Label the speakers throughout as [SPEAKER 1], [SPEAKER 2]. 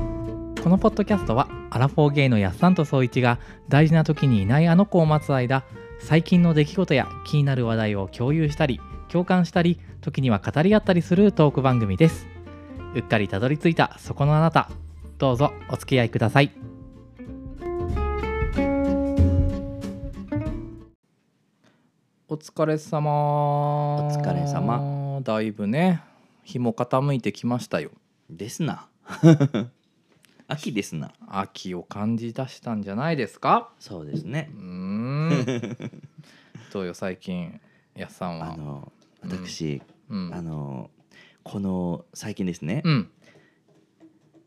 [SPEAKER 1] このポッドキャストはアラフォーゲイのやっさんと総一が大事な時にいないあの子を待つ間最近の出来事や気になる話題を共有したり共感したり時には語り合ったりするトーク番組ですうっかりたどり着いたそこのあなたどうぞお付き合いくださいお疲れ様
[SPEAKER 2] お疲れ様
[SPEAKER 1] だいぶね日も傾いてきましたよ
[SPEAKER 2] ですな 秋ですな
[SPEAKER 1] 秋を感じ出したんじゃないですか
[SPEAKER 2] そうですね
[SPEAKER 1] うーん どうよ最近やっさん
[SPEAKER 2] あ
[SPEAKER 1] は
[SPEAKER 2] の
[SPEAKER 1] うん
[SPEAKER 2] 私、
[SPEAKER 1] うん
[SPEAKER 2] あのこの最近ですね、
[SPEAKER 1] うん、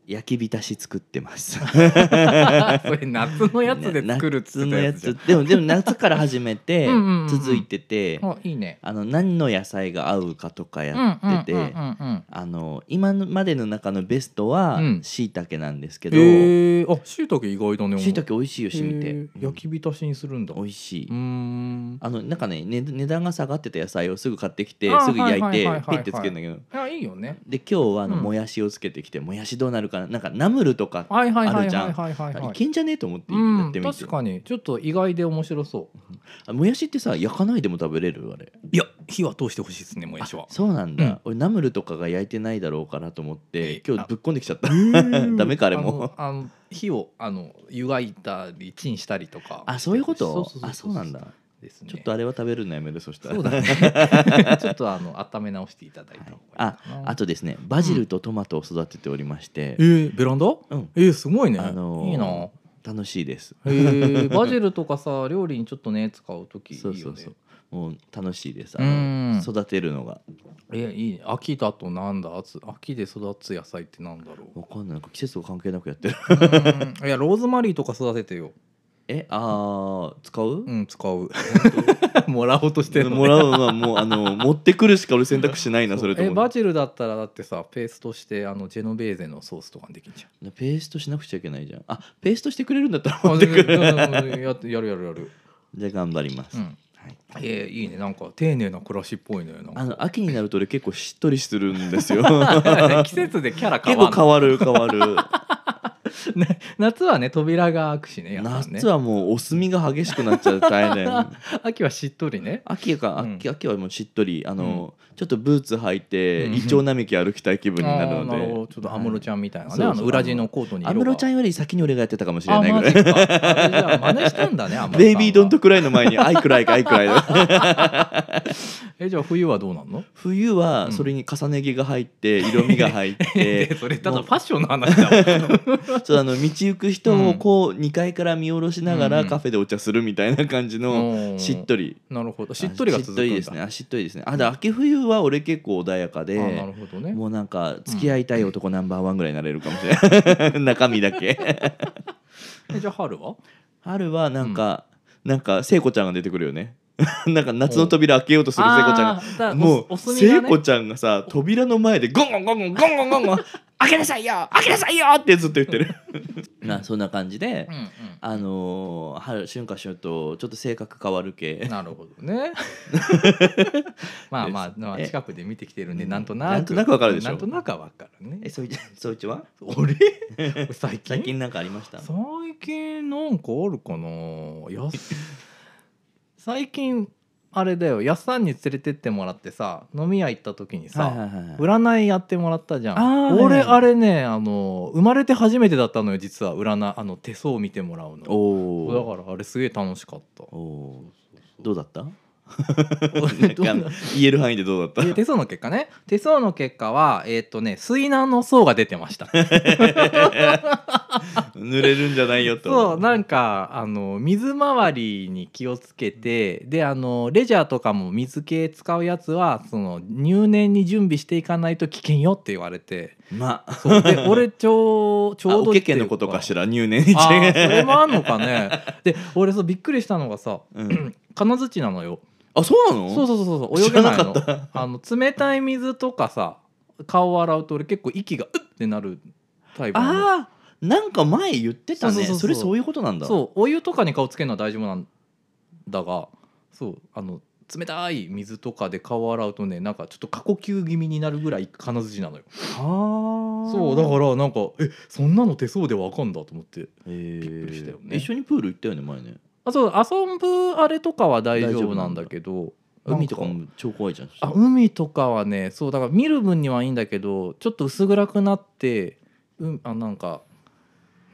[SPEAKER 2] 焼き浸し作ってます
[SPEAKER 1] それ夏のや つで作るっつって
[SPEAKER 2] 夏の
[SPEAKER 1] た
[SPEAKER 2] や
[SPEAKER 1] やつじゃん
[SPEAKER 2] つでもでも夏から始め て
[SPEAKER 1] うんうんうんうん
[SPEAKER 2] 続いてて
[SPEAKER 1] あいいね
[SPEAKER 2] あの何の野菜が合うかとかやってて、
[SPEAKER 1] うんうんうんうん
[SPEAKER 2] あの今までの中のベストは
[SPEAKER 1] うん
[SPEAKER 2] しいたけなんですけ
[SPEAKER 1] うん
[SPEAKER 2] ど
[SPEAKER 1] へえー、あしいたけ意外だね
[SPEAKER 2] しいたけ美味しいよ
[SPEAKER 1] し
[SPEAKER 2] しみて、
[SPEAKER 1] 焼き浸しにするんだ
[SPEAKER 2] 美味しい、
[SPEAKER 1] うーん
[SPEAKER 2] あのなんかねね値段が下がってた野菜をすぐ買ってきて
[SPEAKER 1] あー
[SPEAKER 2] すぐ焼い
[SPEAKER 1] はい
[SPEAKER 2] て
[SPEAKER 1] はいはいはい
[SPEAKER 2] ピッてつけるんだけど
[SPEAKER 1] あいいよね
[SPEAKER 2] で今日はあの
[SPEAKER 1] うん
[SPEAKER 2] もやしをつけてきて、もやしどうなるかななんかナムルとか
[SPEAKER 1] はいはいは
[SPEAKER 2] あ
[SPEAKER 1] い
[SPEAKER 2] るじゃ
[SPEAKER 1] はい
[SPEAKER 2] ん
[SPEAKER 1] はいはいはい
[SPEAKER 2] いけんじゃねえと思って
[SPEAKER 1] う
[SPEAKER 2] や
[SPEAKER 1] ん
[SPEAKER 2] ってみて
[SPEAKER 1] 確、かにちょっと意外で面白そう
[SPEAKER 2] あもやしってさ焼かないでも食べれるあれ
[SPEAKER 1] いや火は通してほしいですねも
[SPEAKER 2] あそうなんだ、
[SPEAKER 1] うん
[SPEAKER 2] 俺ナムルとかが焼いてないだろうからと思っ
[SPEAKER 1] え
[SPEAKER 2] て今
[SPEAKER 1] あ
[SPEAKER 2] 日ぶっこんできちゃった
[SPEAKER 1] うん
[SPEAKER 2] ダメかあれも
[SPEAKER 1] あのあの火をあの湯がいたりチンしたりとか
[SPEAKER 2] あそういうこと
[SPEAKER 1] そうそうそうそう
[SPEAKER 2] あそうなんだ
[SPEAKER 1] ですね
[SPEAKER 2] ちょっとあれは食べるのやめるそしたら
[SPEAKER 1] そうだねちょっとあの温め直していただいた方がいい
[SPEAKER 2] あ
[SPEAKER 1] かな
[SPEAKER 2] あとですねバジルとトマトを育てておりまして
[SPEAKER 1] え、ー、ベランダ
[SPEAKER 2] うん、
[SPEAKER 1] えー、すごいね、
[SPEAKER 2] あのー
[SPEAKER 1] いい な
[SPEAKER 2] 楽しいです
[SPEAKER 1] えー、バジルとかさ料理にちょっとね使う時いいよ
[SPEAKER 2] そう
[SPEAKER 1] ね
[SPEAKER 2] そうそうもう楽しいですあ
[SPEAKER 1] うん
[SPEAKER 2] の育てるのが
[SPEAKER 1] えーいいね秋だとなんだつ秋で育つ野菜ってなんだ ろう
[SPEAKER 2] わかんないなんか季節と関係なくやってる
[SPEAKER 1] うーんいやローズマリーとか育ててよ
[SPEAKER 2] えあー使う
[SPEAKER 1] うん 使うもらおうとしてるのね
[SPEAKER 2] もらうのはもうあの持ってくるしか俺選択肢ないなそれと
[SPEAKER 1] えバ
[SPEAKER 2] も
[SPEAKER 1] ジルだったらだってさペーストしてあのジェノベーゼのソースとかにできんじゃん
[SPEAKER 2] ペーストしなくちゃいけないじゃんあペーストしてくれるんだったら
[SPEAKER 1] あ
[SPEAKER 2] 持ってく
[SPEAKER 1] 全
[SPEAKER 2] る
[SPEAKER 1] 然全然やってやるやるやる、
[SPEAKER 2] じゃあ頑張ります、
[SPEAKER 1] うん、
[SPEAKER 2] はい、
[SPEAKER 1] えーいいねなんか丁寧な暮らしっぽいのよな
[SPEAKER 2] あ
[SPEAKER 1] ん
[SPEAKER 2] の秋になると俺結構しっとりする んですよ
[SPEAKER 1] か季節でキャラ変
[SPEAKER 2] 結
[SPEAKER 1] わ
[SPEAKER 2] 構
[SPEAKER 1] ん
[SPEAKER 2] 変わる変わる
[SPEAKER 1] な夏はね扉が開くしねやっぱね
[SPEAKER 2] 夏はもうお墨が激しくなっちゃう大変だよね
[SPEAKER 1] 秋はしっとりね
[SPEAKER 2] 秋か
[SPEAKER 1] うん
[SPEAKER 2] 秋秋はもうしっとりあの、ちょっとブーツ履いて
[SPEAKER 1] うん
[SPEAKER 2] イチョウ並木歩きたい気分になる
[SPEAKER 1] あーなるほ
[SPEAKER 2] の
[SPEAKER 1] ど
[SPEAKER 2] で
[SPEAKER 1] ちょっと安室ちゃんみたいな
[SPEAKER 2] はい
[SPEAKER 1] ね、
[SPEAKER 2] そう
[SPEAKER 1] あ
[SPEAKER 2] そ
[SPEAKER 1] の
[SPEAKER 2] う
[SPEAKER 1] 裏地のコートに
[SPEAKER 2] 安
[SPEAKER 1] 色が
[SPEAKER 2] 室ちゃんより先に俺がやってたかもしれ
[SPEAKER 1] あ
[SPEAKER 2] ないぐ
[SPEAKER 1] マ
[SPEAKER 2] らい
[SPEAKER 1] ジかあじゃあ真似したんだね安室ちゃんは
[SPEAKER 2] ベイビードントクライの前に「アイクライかアイクライ」
[SPEAKER 1] えじゃあ冬はどうなんの
[SPEAKER 2] 冬はそれに重ね着が入って色味が入っ
[SPEAKER 1] え
[SPEAKER 2] て
[SPEAKER 1] それただファッションの話だもん
[SPEAKER 2] そう あの道行く人をこう2階から見下ろしなが
[SPEAKER 1] う
[SPEAKER 2] ら
[SPEAKER 1] ん
[SPEAKER 2] カフェでお茶するみたいな感じの
[SPEAKER 1] うん
[SPEAKER 2] しっとり
[SPEAKER 1] なるほどしっとりが続くんだ
[SPEAKER 2] しっとりですねあしっとりですねあで秋冬は俺結構穏やか
[SPEAKER 1] あな
[SPEAKER 2] で
[SPEAKER 1] るほどね
[SPEAKER 2] もうなんか付き合いたい男ナンバーワンぐらいになれるかもしれない中身だけ
[SPEAKER 1] えじゃあ春は
[SPEAKER 2] 春はなんかなんか聖子ちゃんが出てくるよねなんか夏の扉開けようとする聖子ちゃんが
[SPEAKER 1] あーだ
[SPEAKER 2] も
[SPEAKER 1] お
[SPEAKER 2] う
[SPEAKER 1] 墨が
[SPEAKER 2] 聖
[SPEAKER 1] ね
[SPEAKER 2] 子ちゃんがさ扉の前でゴンゴンゴンゴンゴンゴンゴンゴン開けなさいよ開けなさいよってずっと言ってるまあそんな感じで
[SPEAKER 1] うん
[SPEAKER 2] あのー春春夏秋冬ちょっと性格変わる
[SPEAKER 1] うん、
[SPEAKER 2] 系
[SPEAKER 1] なるほど ねまあまあ、まあ、
[SPEAKER 2] え
[SPEAKER 1] 近くで見てきてるんで
[SPEAKER 2] うん
[SPEAKER 1] なんとなく
[SPEAKER 2] なんとなくわかるでしょ
[SPEAKER 1] なんとなくはわかるね
[SPEAKER 2] えそういそういちは
[SPEAKER 1] 俺最近
[SPEAKER 2] 最近なんかありました
[SPEAKER 1] 最近なんかあるかないや最近あれだよやっさんに連れてってもらってさ飲み屋行った時にさ、
[SPEAKER 2] はいはいはいはい
[SPEAKER 1] 占いやってもらったじゃ
[SPEAKER 2] あ
[SPEAKER 1] ん
[SPEAKER 2] ー
[SPEAKER 1] 俺
[SPEAKER 2] はいはい
[SPEAKER 1] あれねあの生まれて初めてだったのよ実は占いあの手相見てもらうの
[SPEAKER 2] おー
[SPEAKER 1] だからあれすげえ楽しかった
[SPEAKER 2] おーどうだった
[SPEAKER 1] 俺 どうな
[SPEAKER 2] なんか言える範囲でどうだっ
[SPEAKER 1] 手相の結果ね手相の結果はえーっ、とね水難の層が出てました
[SPEAKER 2] た濡れるんじゃないよと
[SPEAKER 1] そうなんかあの水回りに気をつけてであのレジャーとかも水系使うやつはその入念に準備していかないと危険よって言われて
[SPEAKER 2] まあ
[SPEAKER 1] そう で俺ちょうち
[SPEAKER 2] あ
[SPEAKER 1] ょうど
[SPEAKER 2] お
[SPEAKER 1] って
[SPEAKER 2] け
[SPEAKER 1] いう
[SPEAKER 2] けのことかしら入念に
[SPEAKER 1] あーそれもあんのかねで俺そうびっくりしたのがさ
[SPEAKER 2] うん
[SPEAKER 1] 金槌なのよ
[SPEAKER 2] あそうなの
[SPEAKER 1] そうそうそうそう泳げないの
[SPEAKER 2] 知らなかった
[SPEAKER 1] あの冷たい水とかさ顔を洗うと俺結構息がうっってなるタイプなの
[SPEAKER 2] ああなんか前言ってた
[SPEAKER 1] そそ
[SPEAKER 2] ねそう
[SPEAKER 1] うそうそう
[SPEAKER 2] れそういうことなんだう
[SPEAKER 1] そうお湯とかに顔つけるのは大丈夫なんだがそうあの冷たい水とかで顔を洗うとねなんかちょっと過呼吸気味になるぐらい金槌なのよそ
[SPEAKER 2] あそうだからなんかえそんなの手相でわかんだと思って
[SPEAKER 1] び
[SPEAKER 2] び
[SPEAKER 1] っ
[SPEAKER 2] っ
[SPEAKER 1] くり
[SPEAKER 2] くり
[SPEAKER 1] し
[SPEAKER 2] したた
[SPEAKER 1] よ
[SPEAKER 2] よ
[SPEAKER 1] ね
[SPEAKER 2] ね緒にプール行ったよね前ね
[SPEAKER 1] あそう遊ぶあれとかは大丈夫なんだけどなんか
[SPEAKER 2] 海とかも超怖いじゃん
[SPEAKER 1] あ海とかはねそうだから見る分にはいいんだけどちょっと薄暗くなって、うん、あなんか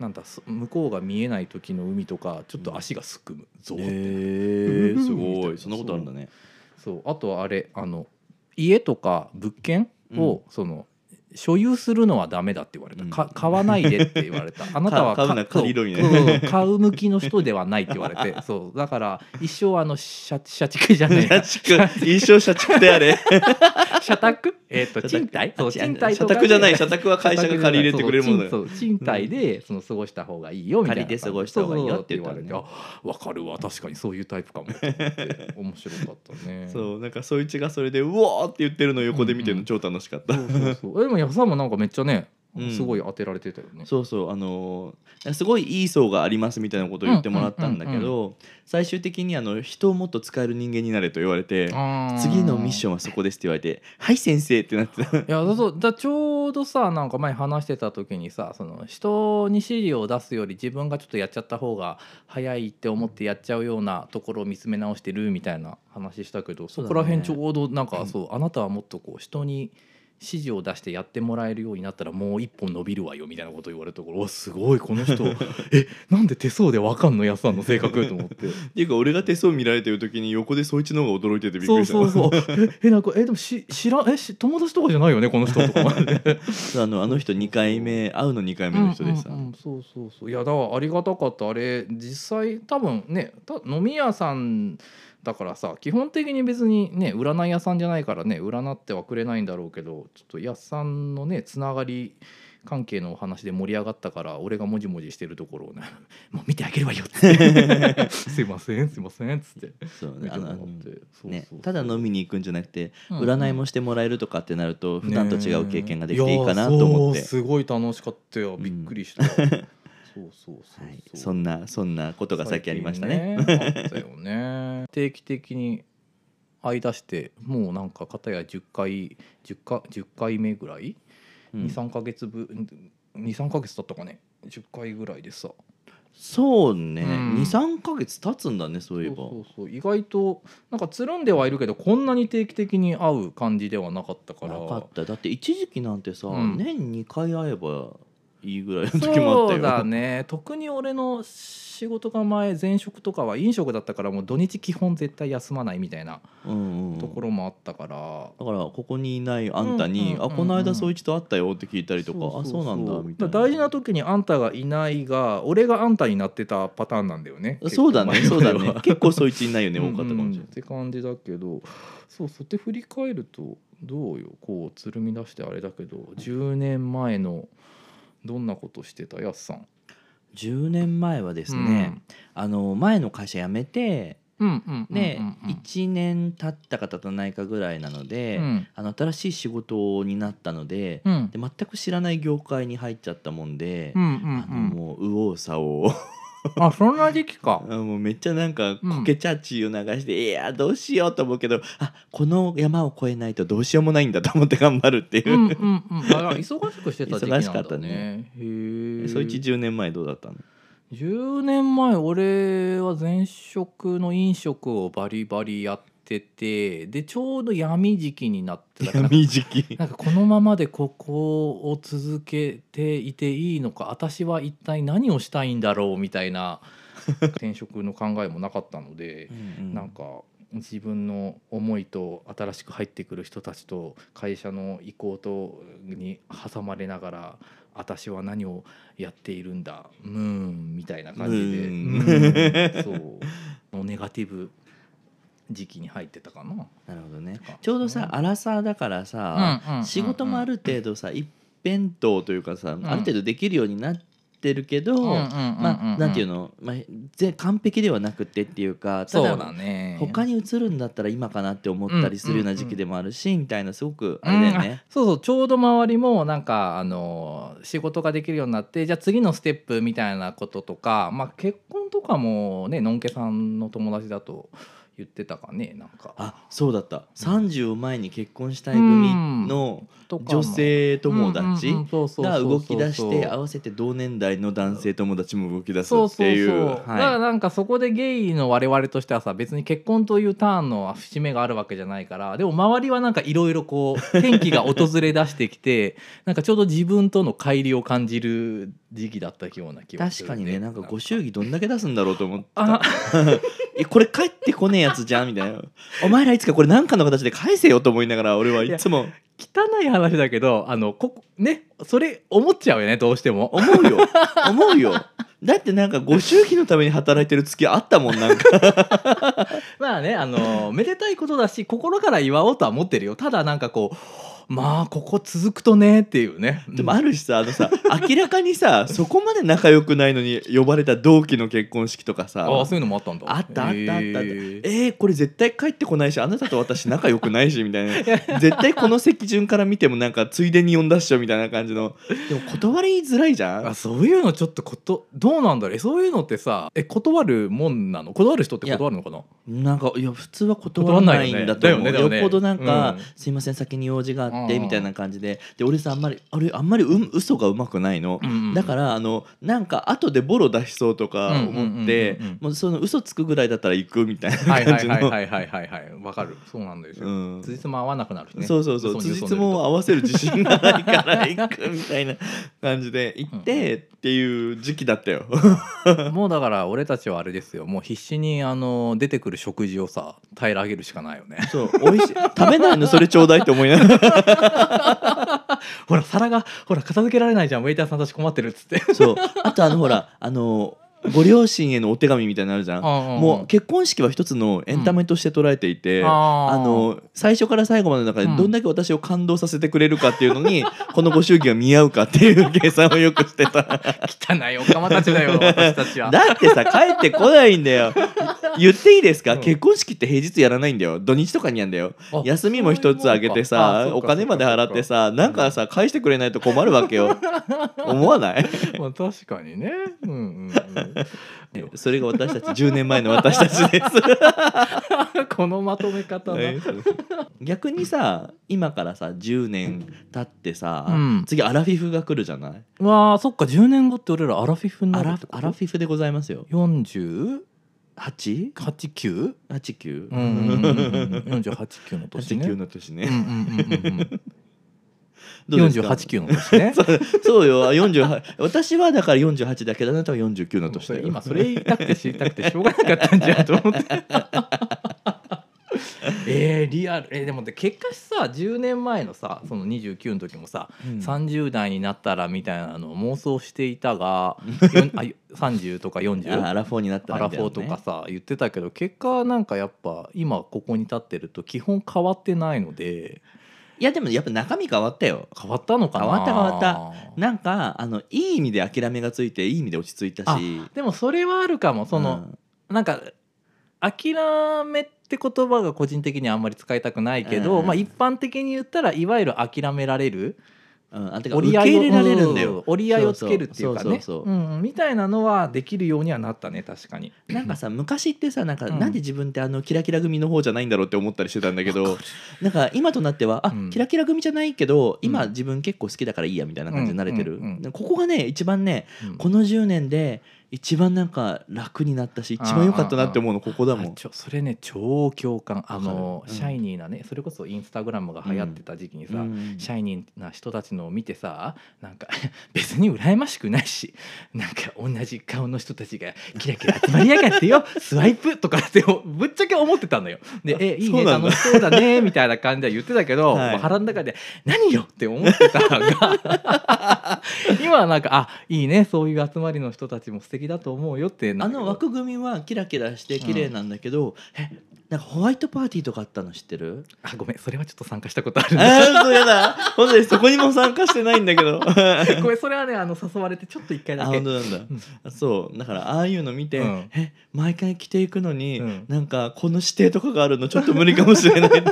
[SPEAKER 1] なんだそ向こうが見えない時の海とかちょっと足がすくむ、ゾ
[SPEAKER 2] へ
[SPEAKER 1] ーってなる
[SPEAKER 2] え
[SPEAKER 1] うん
[SPEAKER 2] すご
[SPEAKER 1] う
[SPEAKER 2] い
[SPEAKER 1] ん
[SPEAKER 2] そんなことあるんだね
[SPEAKER 1] そうあとあれあの家とか物件を、その所有するのはダメだって言われた、
[SPEAKER 2] うん
[SPEAKER 1] か買わないでって言われた あなたは
[SPEAKER 2] 買うな
[SPEAKER 1] か
[SPEAKER 2] 借りろみたい
[SPEAKER 1] そう
[SPEAKER 2] な
[SPEAKER 1] そうそう買う向きの人ではないって言われ てそうだから一生あの社社畜じゃない
[SPEAKER 2] 社畜 一生社畜であれ
[SPEAKER 1] 社宅えっ、と
[SPEAKER 2] 社
[SPEAKER 1] 賃貸
[SPEAKER 2] 宅
[SPEAKER 1] そう
[SPEAKER 2] あ
[SPEAKER 1] 賃貸
[SPEAKER 2] 社
[SPEAKER 1] とかで
[SPEAKER 2] 宅じゃない社宅は会社が借り入れてくれるものだよ
[SPEAKER 1] そうそう賃貸でその過ごした方がいいよみたいな
[SPEAKER 2] 借りて過ごした方がいいよって言った
[SPEAKER 1] わ
[SPEAKER 2] の
[SPEAKER 1] れ
[SPEAKER 2] ね
[SPEAKER 1] てあ分かるわ確かにそういうタイプかもと思って面白かったね
[SPEAKER 2] そうなんかそいつがそれでうわーって言ってるの横で見てる
[SPEAKER 1] うんう
[SPEAKER 2] の
[SPEAKER 1] ん
[SPEAKER 2] 超楽しかった、
[SPEAKER 1] そうそうそうえでも安田もなんかめっちゃね、
[SPEAKER 2] うん
[SPEAKER 1] すごい当てられてたよね
[SPEAKER 2] そうそうあのーすごいいい層がありますみたいなことを言ってもらったんだけど、
[SPEAKER 1] うんうん
[SPEAKER 2] 最終的にあの人をもっと使える人間になれと言われて次のミッシ
[SPEAKER 1] ョン
[SPEAKER 2] ョンはそこですって言われて「はい先生」ってなってた
[SPEAKER 1] いやだそうだちょうどさなんか前話してた時にさその人に指示を出すより自分がちょっとやっちゃった方が早いって思ってやっちゃうようなところを見つめ直してるみたいな話したけどそ,、
[SPEAKER 2] そうだね
[SPEAKER 1] こら辺ちょうどなんか、
[SPEAKER 2] うん
[SPEAKER 1] そうあなたはもっとこう人に指示を出してやってもらえるようになったらもう一歩伸びるわよみたいなこと言われたからおすごいこの人 えなんで手相でわかんのやつさんの性格と思 って。
[SPEAKER 2] っていうか俺が手相見られてる時に横でそいつの方が驚いててびっく
[SPEAKER 1] そう
[SPEAKER 2] りした
[SPEAKER 1] そうそう。え、えなんか、え、でも、し、知らん、え、し、友達とかじゃないよね、この人とか。
[SPEAKER 2] そうあのあの人2回目会うの2回目の人でさ、
[SPEAKER 1] うんうんうんそうそうそういやだからありがたかったあれ実際多分ねた飲み屋さんだからさ基本的に別にね占い屋さんじゃないからね占ってはくれないんだろうけどちょっとやっさんのねつながり関係のお話で盛り上がったから俺がもじもじしてるところをね 「もう見てあげるわよ」っつって「 すいませんすいません」っつって
[SPEAKER 2] そう
[SPEAKER 1] 見
[SPEAKER 2] ね
[SPEAKER 1] て
[SPEAKER 2] あ
[SPEAKER 1] も
[SPEAKER 2] の
[SPEAKER 1] ら
[SPEAKER 2] あ
[SPEAKER 1] って
[SPEAKER 2] の
[SPEAKER 1] そう
[SPEAKER 2] ね
[SPEAKER 1] そう
[SPEAKER 2] ただ飲みに行くんじゃなくて
[SPEAKER 1] うん
[SPEAKER 2] 占いもしてもらえるとかってなると普段と違う経験ができていいかな
[SPEAKER 1] ねえ
[SPEAKER 2] と思って
[SPEAKER 1] いやーそうすごい楽しかったよびっくり した、そうそうそう
[SPEAKER 2] はい、
[SPEAKER 1] う
[SPEAKER 2] そんなそんなことがさっきありましたね。
[SPEAKER 1] 最近ねあったよね定期的に会い出してもうなんか片や10回10か10回目ぐらい、
[SPEAKER 2] うん
[SPEAKER 1] 23か月分23か月だったかね10回ぐらいでさ
[SPEAKER 2] そうね、
[SPEAKER 1] うん
[SPEAKER 2] 二三ヶ月経つんだねそういえば。
[SPEAKER 1] そうそうそう意外となんかつるんではいるけどこんなに定期的に会う感じではなかったから
[SPEAKER 2] なかっただって一時期なんてさ、
[SPEAKER 1] うん
[SPEAKER 2] 年2回会えばいいぐらいの時もあった
[SPEAKER 1] そ
[SPEAKER 2] よ
[SPEAKER 1] うだね特に俺の仕事が前前職とかは飲食だったからもう土日基本絶対休まないみたいな
[SPEAKER 2] うんうん、
[SPEAKER 1] ところもあったから、
[SPEAKER 2] だからここにいないあんた
[SPEAKER 1] うんうん
[SPEAKER 2] に「
[SPEAKER 1] うんうん
[SPEAKER 2] あこの間そいつと会ったよ」って聞いたりとか「あそうなんだ」みたいな
[SPEAKER 1] 大事な時にあんたがいないが俺があんたになってたパターンなんだよね
[SPEAKER 2] そうだね
[SPEAKER 1] 結
[SPEAKER 2] そ
[SPEAKER 1] 構
[SPEAKER 2] うだ
[SPEAKER 1] 前まで
[SPEAKER 2] ね
[SPEAKER 1] は
[SPEAKER 2] 結構そいついないよね多かったか
[SPEAKER 1] うん
[SPEAKER 2] も
[SPEAKER 1] う
[SPEAKER 2] し
[SPEAKER 1] ん
[SPEAKER 2] れ
[SPEAKER 1] っ
[SPEAKER 2] ない
[SPEAKER 1] て感じだけどそうそうって振り返るとどうよこうつるみ出してあれだけど10年前のどんなことしてたやすさん
[SPEAKER 2] 10年前はですね、あの前の会社辞めて
[SPEAKER 1] うんうんうんうん
[SPEAKER 2] で
[SPEAKER 1] うん
[SPEAKER 2] 1年経ったか経たないかぐらいなので、
[SPEAKER 1] うん
[SPEAKER 2] あの新しい仕事になったので,、
[SPEAKER 1] うん
[SPEAKER 2] で全く知らない業界に入っちゃったもんで、
[SPEAKER 1] うん
[SPEAKER 2] あの
[SPEAKER 1] うん
[SPEAKER 2] もう右往左往
[SPEAKER 1] うんあそんな時期か
[SPEAKER 2] あ もうめっちゃなんか
[SPEAKER 1] うん
[SPEAKER 2] こけチャーチーを流して、いやどうしようと思うけどあこの山を越えないとどうしようもないんだと思って頑張るって
[SPEAKER 1] う
[SPEAKER 2] い
[SPEAKER 1] んうん
[SPEAKER 2] う、
[SPEAKER 1] うんあ忙しくしてた時期なんだ、ね、
[SPEAKER 2] 忙しかったね
[SPEAKER 1] へえ
[SPEAKER 2] そいつ10年前どうだったの
[SPEAKER 1] 10年前俺は前職の飲食をバリバリやっててでちょうど闇時期になってた から
[SPEAKER 2] 闇時 期
[SPEAKER 1] なんかこのままでここを続けていていいのか私は一体何をしたいんだろうみたいな転職の考えもなかったのでなんか自分の思いと新しく入ってくる人たちと会社の意向とに挟まれながら私は何をやっているんだうーんみたいな感じで
[SPEAKER 2] う
[SPEAKER 1] う
[SPEAKER 2] ー
[SPEAKER 1] ーんそうのネガティブ時期に入ってたかな。
[SPEAKER 2] なるほどね
[SPEAKER 1] とか
[SPEAKER 2] ちょうどさアラサーだからさ、仕事もある程度さ一辺倒というかさ、
[SPEAKER 1] ん
[SPEAKER 2] ある程度できるようになってるけど、ま
[SPEAKER 1] ま
[SPEAKER 2] あなんていうの、まあ、ぜ完璧ではなくてっていうかた
[SPEAKER 1] そう
[SPEAKER 2] だ
[SPEAKER 1] だね
[SPEAKER 2] 他に移るんだったら今かなって思ったりするような時期でもあるし、みたいなすごくあれだよ
[SPEAKER 1] うん
[SPEAKER 2] ね
[SPEAKER 1] あ。そうそうちょうど周りもなんかあの仕事ができるようになってじゃあ次のステップみたいなこととか、まあ、結婚とかもねのんけさんの友達だと言ってたかねなんか
[SPEAKER 2] あそうだった30を前に結婚したい組の
[SPEAKER 1] とかも
[SPEAKER 2] 女性友達
[SPEAKER 1] うんうんうんそうそうそう
[SPEAKER 2] が
[SPEAKER 1] そう
[SPEAKER 2] 動き出して合わせて同年代の男性友達も動き出す
[SPEAKER 1] そう
[SPEAKER 2] っ
[SPEAKER 1] そ
[SPEAKER 2] て
[SPEAKER 1] う
[SPEAKER 2] い
[SPEAKER 1] そう、
[SPEAKER 2] う
[SPEAKER 1] だから
[SPEAKER 2] は
[SPEAKER 1] なんかそこでゲイの我々としてはさ別に結婚というターンの節目があるわけじゃないからでも周りはなんかいろいろこう天気が訪れ出してきて なんかちょうど自分との乖離を感じる時期だったような気
[SPEAKER 2] い
[SPEAKER 1] がす
[SPEAKER 2] 確
[SPEAKER 1] る、
[SPEAKER 2] かにねなんかご祝儀どんだけ出すんだろうと思って
[SPEAKER 1] あ
[SPEAKER 2] たいやこれ帰ってこねえやつじゃんみたいなお前らいつかこれ何かの形で返せよと思いながら俺はいつも
[SPEAKER 1] 汚い話だけどあのここねそれ思っちゃうよねどうしても。
[SPEAKER 2] 思うよ思うよだってなんかご祝儀のために働いてる月あったもんなんか
[SPEAKER 1] まあねあのめでたいことだし心から祝おうとは思ってるよただなんかこうまあここ続くとねっていうね。
[SPEAKER 2] でもあるしさあのさ明らかにさそこまで仲良くないのに呼ばれた同期の結婚式とかさ
[SPEAKER 1] ああそういうのもあったんだ。
[SPEAKER 2] あったあったあったあった
[SPEAKER 1] へー
[SPEAKER 2] えー、これ絶対帰ってこないしあなたと私仲良くないしみたいな絶対この席順から見てもなんかついでに呼んだっしょみたいな感じのでも断りづらいじゃん
[SPEAKER 1] あそういうのちょっとことどうなんだろうえそういうのってさえ断るもんなの断る人って断るのかな
[SPEAKER 2] なんかいや普通は断らないんだと思う
[SPEAKER 1] 断らないよねだよね
[SPEAKER 2] よ,、
[SPEAKER 1] だよね
[SPEAKER 2] っぽどなんか、
[SPEAKER 1] うん
[SPEAKER 2] すいません先に用事があっ
[SPEAKER 1] うんう
[SPEAKER 2] て
[SPEAKER 1] ん
[SPEAKER 2] みたいな感じでで俺さあんまりあれあんまりうん嘘がうまくないの、だかららあのなんか後でボロ出しそうとか思って
[SPEAKER 1] うんうんうんうんうん
[SPEAKER 2] もうその嘘つくぐらいだったら行くみたい
[SPEAKER 1] は
[SPEAKER 2] ない
[SPEAKER 1] は
[SPEAKER 2] 感
[SPEAKER 1] い
[SPEAKER 2] じ
[SPEAKER 1] はい
[SPEAKER 2] の
[SPEAKER 1] はいはいはいはいわかるそうなんですよ、
[SPEAKER 2] うん
[SPEAKER 1] 辻褄合わなくなるしね
[SPEAKER 2] そうそうそう
[SPEAKER 1] 嘘に
[SPEAKER 2] 辻
[SPEAKER 1] 嘘
[SPEAKER 2] 褄を合わせる自信がないから行くみたいな感じで行ってっていう時期だったよ。
[SPEAKER 1] 塗ると もうだから俺たちはあれですよもう必死にあの出てくる食事をさ平らげるしかないよね
[SPEAKER 2] そう美味しい食べないのそれちょうだいって思いながら
[SPEAKER 1] ほら皿がほら片付けられないじゃんウェイターさんたち困ってるっつって
[SPEAKER 2] そうあとあのほらあのご両親へのお手紙みたいなのあるじゃん。もう結婚式は一つのエンタメとして捉えていて、
[SPEAKER 1] あー
[SPEAKER 2] あの最初から最後までの中で
[SPEAKER 1] うん
[SPEAKER 2] どんだけ私を感動させてくれるかっていうのに、 このご祝儀が見合うかっていう計算をよくしてた
[SPEAKER 1] うん 汚いおかまたちだよ私たちは
[SPEAKER 2] だってさ帰ってこないん だよ言っていいですか、
[SPEAKER 1] うん
[SPEAKER 2] 結婚式って平日やらないんだよ土日とかにやんだよ
[SPEAKER 1] あ
[SPEAKER 2] 休みも一つあげて
[SPEAKER 1] そう
[SPEAKER 2] さ
[SPEAKER 1] いうもん
[SPEAKER 2] お
[SPEAKER 1] かあ
[SPEAKER 2] 金まで払ってさなんかさ返してくれないと困るわ けよ思わない
[SPEAKER 1] まあ確かにね。うんうんうん。
[SPEAKER 2] それが私たち10年前の私たち です
[SPEAKER 1] このまとめ方な。
[SPEAKER 2] 逆にさ今からさ10年経ってさ、
[SPEAKER 1] うん
[SPEAKER 2] 次アラフィフが来るじゃない
[SPEAKER 1] わあそっか10年後って俺らアラフィフにな
[SPEAKER 2] ア
[SPEAKER 1] るっ
[SPEAKER 2] ラ
[SPEAKER 1] てこと
[SPEAKER 2] アラフィフでございますよ
[SPEAKER 1] 48?9?
[SPEAKER 2] 889
[SPEAKER 1] うんうんうんうん489の年ね。
[SPEAKER 2] の年
[SPEAKER 1] うんう
[SPEAKER 2] ね、
[SPEAKER 1] んうん うん
[SPEAKER 2] どうですか
[SPEAKER 1] 489の年ね。
[SPEAKER 2] そうよ48私はだから48だけどあなたは49の年だよ
[SPEAKER 1] 今それ言いたくて知りたくてしょうがなかったんじゃんと思って。 えー、リアル、えー、でもで結果さ10年前のさその29の時もさ
[SPEAKER 2] うん
[SPEAKER 1] 30代になったらみたいなのを妄想していた がよんあよ30とか
[SPEAKER 2] あア
[SPEAKER 1] 40
[SPEAKER 2] ラフォーになった
[SPEAKER 1] ア
[SPEAKER 2] ら
[SPEAKER 1] ラ
[SPEAKER 2] み
[SPEAKER 1] フ
[SPEAKER 2] たい
[SPEAKER 1] ォーと
[SPEAKER 2] なね
[SPEAKER 1] かさ言ってたけど結果なんかやっぱ今ここに立ってると基本変わってないので
[SPEAKER 2] いやでもやっぱ中身変わったよ
[SPEAKER 1] 変わったのかな
[SPEAKER 2] 変わった変わったなんかあのいい意味で諦めがついていい意味で落ち着いたし
[SPEAKER 1] でもそれはあるかもその、なんか諦めって言葉が個人的にはあんまり使いたくないけど、
[SPEAKER 2] うん
[SPEAKER 1] まあ一般的に言ったらいわゆる諦められる、
[SPEAKER 2] うんうん、あてか受け入れられるんだよ
[SPEAKER 1] うん折り合いをつけるっていうかね
[SPEAKER 2] そうそうそう
[SPEAKER 1] う
[SPEAKER 2] そ
[SPEAKER 1] んみたいなのはできるようにはなったね確かに
[SPEAKER 2] なんかさ昔ってさなんか、
[SPEAKER 1] うん
[SPEAKER 2] なんで自分ってあのキラキラ組の方じゃないんだろうって思ったりしてたんだけどなんか今となってはあ、
[SPEAKER 1] うん
[SPEAKER 2] キラキラ組じゃないけど今
[SPEAKER 1] うん
[SPEAKER 2] 自分結構好きだからいいやみたいな感じで慣れて
[SPEAKER 1] う
[SPEAKER 2] る、
[SPEAKER 1] んうんうん
[SPEAKER 2] ここがね一番ね
[SPEAKER 1] うん
[SPEAKER 2] この10年で一番なんか楽になったし一番良かったなって思うのここだも
[SPEAKER 1] あ
[SPEAKER 2] ん。
[SPEAKER 1] ちょそれね超共感あの
[SPEAKER 2] わ、かるうん
[SPEAKER 1] シャイニーなねそれこそインスタグラムが流行ってた時期にさ、
[SPEAKER 2] うん
[SPEAKER 1] シャイニーな人たちのを見てさなんか 別に羨ましくないしなんか同じ顔の人たちがキラキラ集まりやがって よスワイプとかってぶっちゃけ思ってたのよ。で
[SPEAKER 2] あ
[SPEAKER 1] 「えいい
[SPEAKER 2] そ
[SPEAKER 1] ね
[SPEAKER 2] うなんだ
[SPEAKER 1] 楽しそうだね」みたいな感じでは言ってたけど、
[SPEAKER 2] はい
[SPEAKER 1] もう腹の中で「何よ!」って思ってたの が今はなんか「あいいねそういう集まりの人たちも素敵だと思うよ」ってな
[SPEAKER 2] あ
[SPEAKER 1] んだけど
[SPEAKER 2] の枠組みはキラキラして綺麗なんだけど、えなんかホワイトパーティーとかあったの知ってる
[SPEAKER 1] あごめんそれはちょっと参加した ことあるんだ
[SPEAKER 2] ああそうやだ本当にそこにも参加してないんだけど
[SPEAKER 1] ごめんそれはねあの誘われてちょっと一回
[SPEAKER 2] あ
[SPEAKER 1] だけ
[SPEAKER 2] 本当なんだ
[SPEAKER 1] うん
[SPEAKER 2] あそうだからああいうの見て、
[SPEAKER 1] うん
[SPEAKER 2] え毎回着ていくのに、
[SPEAKER 1] うん
[SPEAKER 2] なんかこの指定とかがあるのちょっと無理かもしれない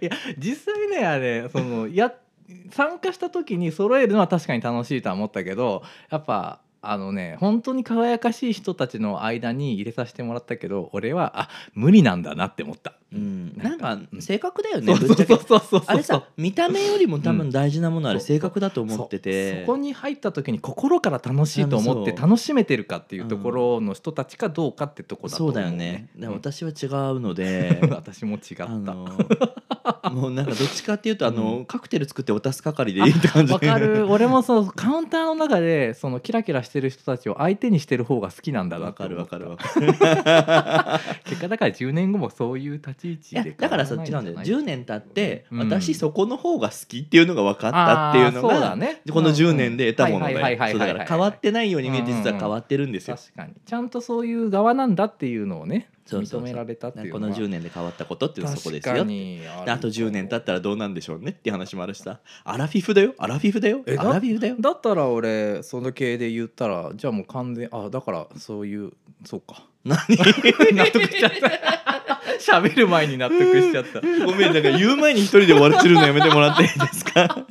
[SPEAKER 1] いや実際ねあれそのや参加した時に揃えるのは確かに楽しいとは思ったけどやっぱあのね本当に輝かしい人たちの間に入れさせてもらったけど俺はあ無理なんだなって思った。
[SPEAKER 2] うん、
[SPEAKER 1] な
[SPEAKER 2] なんん
[SPEAKER 1] か
[SPEAKER 2] か性格だよ
[SPEAKER 1] そ
[SPEAKER 2] ね
[SPEAKER 1] う
[SPEAKER 2] ぶっちゃ
[SPEAKER 1] そう
[SPEAKER 2] け
[SPEAKER 1] そうそうそう
[SPEAKER 2] あれさ見た目よりも多分大事なものあれ
[SPEAKER 1] うん
[SPEAKER 2] 性格だと思って
[SPEAKER 1] そ
[SPEAKER 2] て
[SPEAKER 1] うそこに入った時に心から楽しいと思って
[SPEAKER 2] そう
[SPEAKER 1] 楽しめてるかっていうところの人たちかどうかってとこだと
[SPEAKER 2] そ
[SPEAKER 1] 思
[SPEAKER 2] う
[SPEAKER 1] う、ね、
[SPEAKER 2] だよねだから
[SPEAKER 1] うん
[SPEAKER 2] 私は違うので
[SPEAKER 1] 私も違った
[SPEAKER 2] あのもうなんかどっちかっていうとあの、
[SPEAKER 1] う
[SPEAKER 2] カクテル作って渡す係でいいって感じ
[SPEAKER 1] わかる俺もそうカウンターの中でそのキラキラしてる人たちを相手にしてる方が好きなんだな
[SPEAKER 2] わ
[SPEAKER 1] って
[SPEAKER 2] か
[SPEAKER 1] 思
[SPEAKER 2] る
[SPEAKER 1] った
[SPEAKER 2] わかるわかる
[SPEAKER 1] 結果だから10年後もそういう立ち
[SPEAKER 2] い
[SPEAKER 1] 位
[SPEAKER 2] や
[SPEAKER 1] 置で
[SPEAKER 2] だからさ
[SPEAKER 1] 変わ
[SPEAKER 2] 違
[SPEAKER 1] ら
[SPEAKER 2] う
[SPEAKER 1] なんい
[SPEAKER 2] だ
[SPEAKER 1] じゃ
[SPEAKER 2] よ
[SPEAKER 1] ない
[SPEAKER 2] 10年経って、
[SPEAKER 1] うん
[SPEAKER 2] 私そこの方が好きっていうのが分かったっていう
[SPEAKER 1] あー
[SPEAKER 2] の
[SPEAKER 1] そう
[SPEAKER 2] が
[SPEAKER 1] だね
[SPEAKER 2] この10年で得たもの
[SPEAKER 1] うんうんはい
[SPEAKER 2] で
[SPEAKER 1] はいはい
[SPEAKER 2] そう
[SPEAKER 1] は
[SPEAKER 2] だ
[SPEAKER 1] いはい
[SPEAKER 2] から変わってないように見えて実は変わってるんですよ、
[SPEAKER 1] 確かにちゃんとそういう側なんだっていうのをね
[SPEAKER 2] そうそうそう
[SPEAKER 1] 認められたっていう
[SPEAKER 2] こ
[SPEAKER 1] のは
[SPEAKER 2] の10年で変わったことっていうのはそこですよ
[SPEAKER 1] 確か
[SPEAKER 2] で
[SPEAKER 1] に
[SPEAKER 2] あと10年経っ
[SPEAKER 1] ら
[SPEAKER 2] たらどうなんでしょうねっていう話もあるしさアラフィフだよアラフィフだよ
[SPEAKER 1] えだ
[SPEAKER 2] アラフ ィフだよ
[SPEAKER 1] だったら俺その系で言ったらじゃあもう完全あだからそういうそうか
[SPEAKER 2] 何
[SPEAKER 1] 納得しちゃった 喋る前に納得しちゃった
[SPEAKER 2] ごめんだから言う前に一人で終わらせるのやめてもらっていいで すか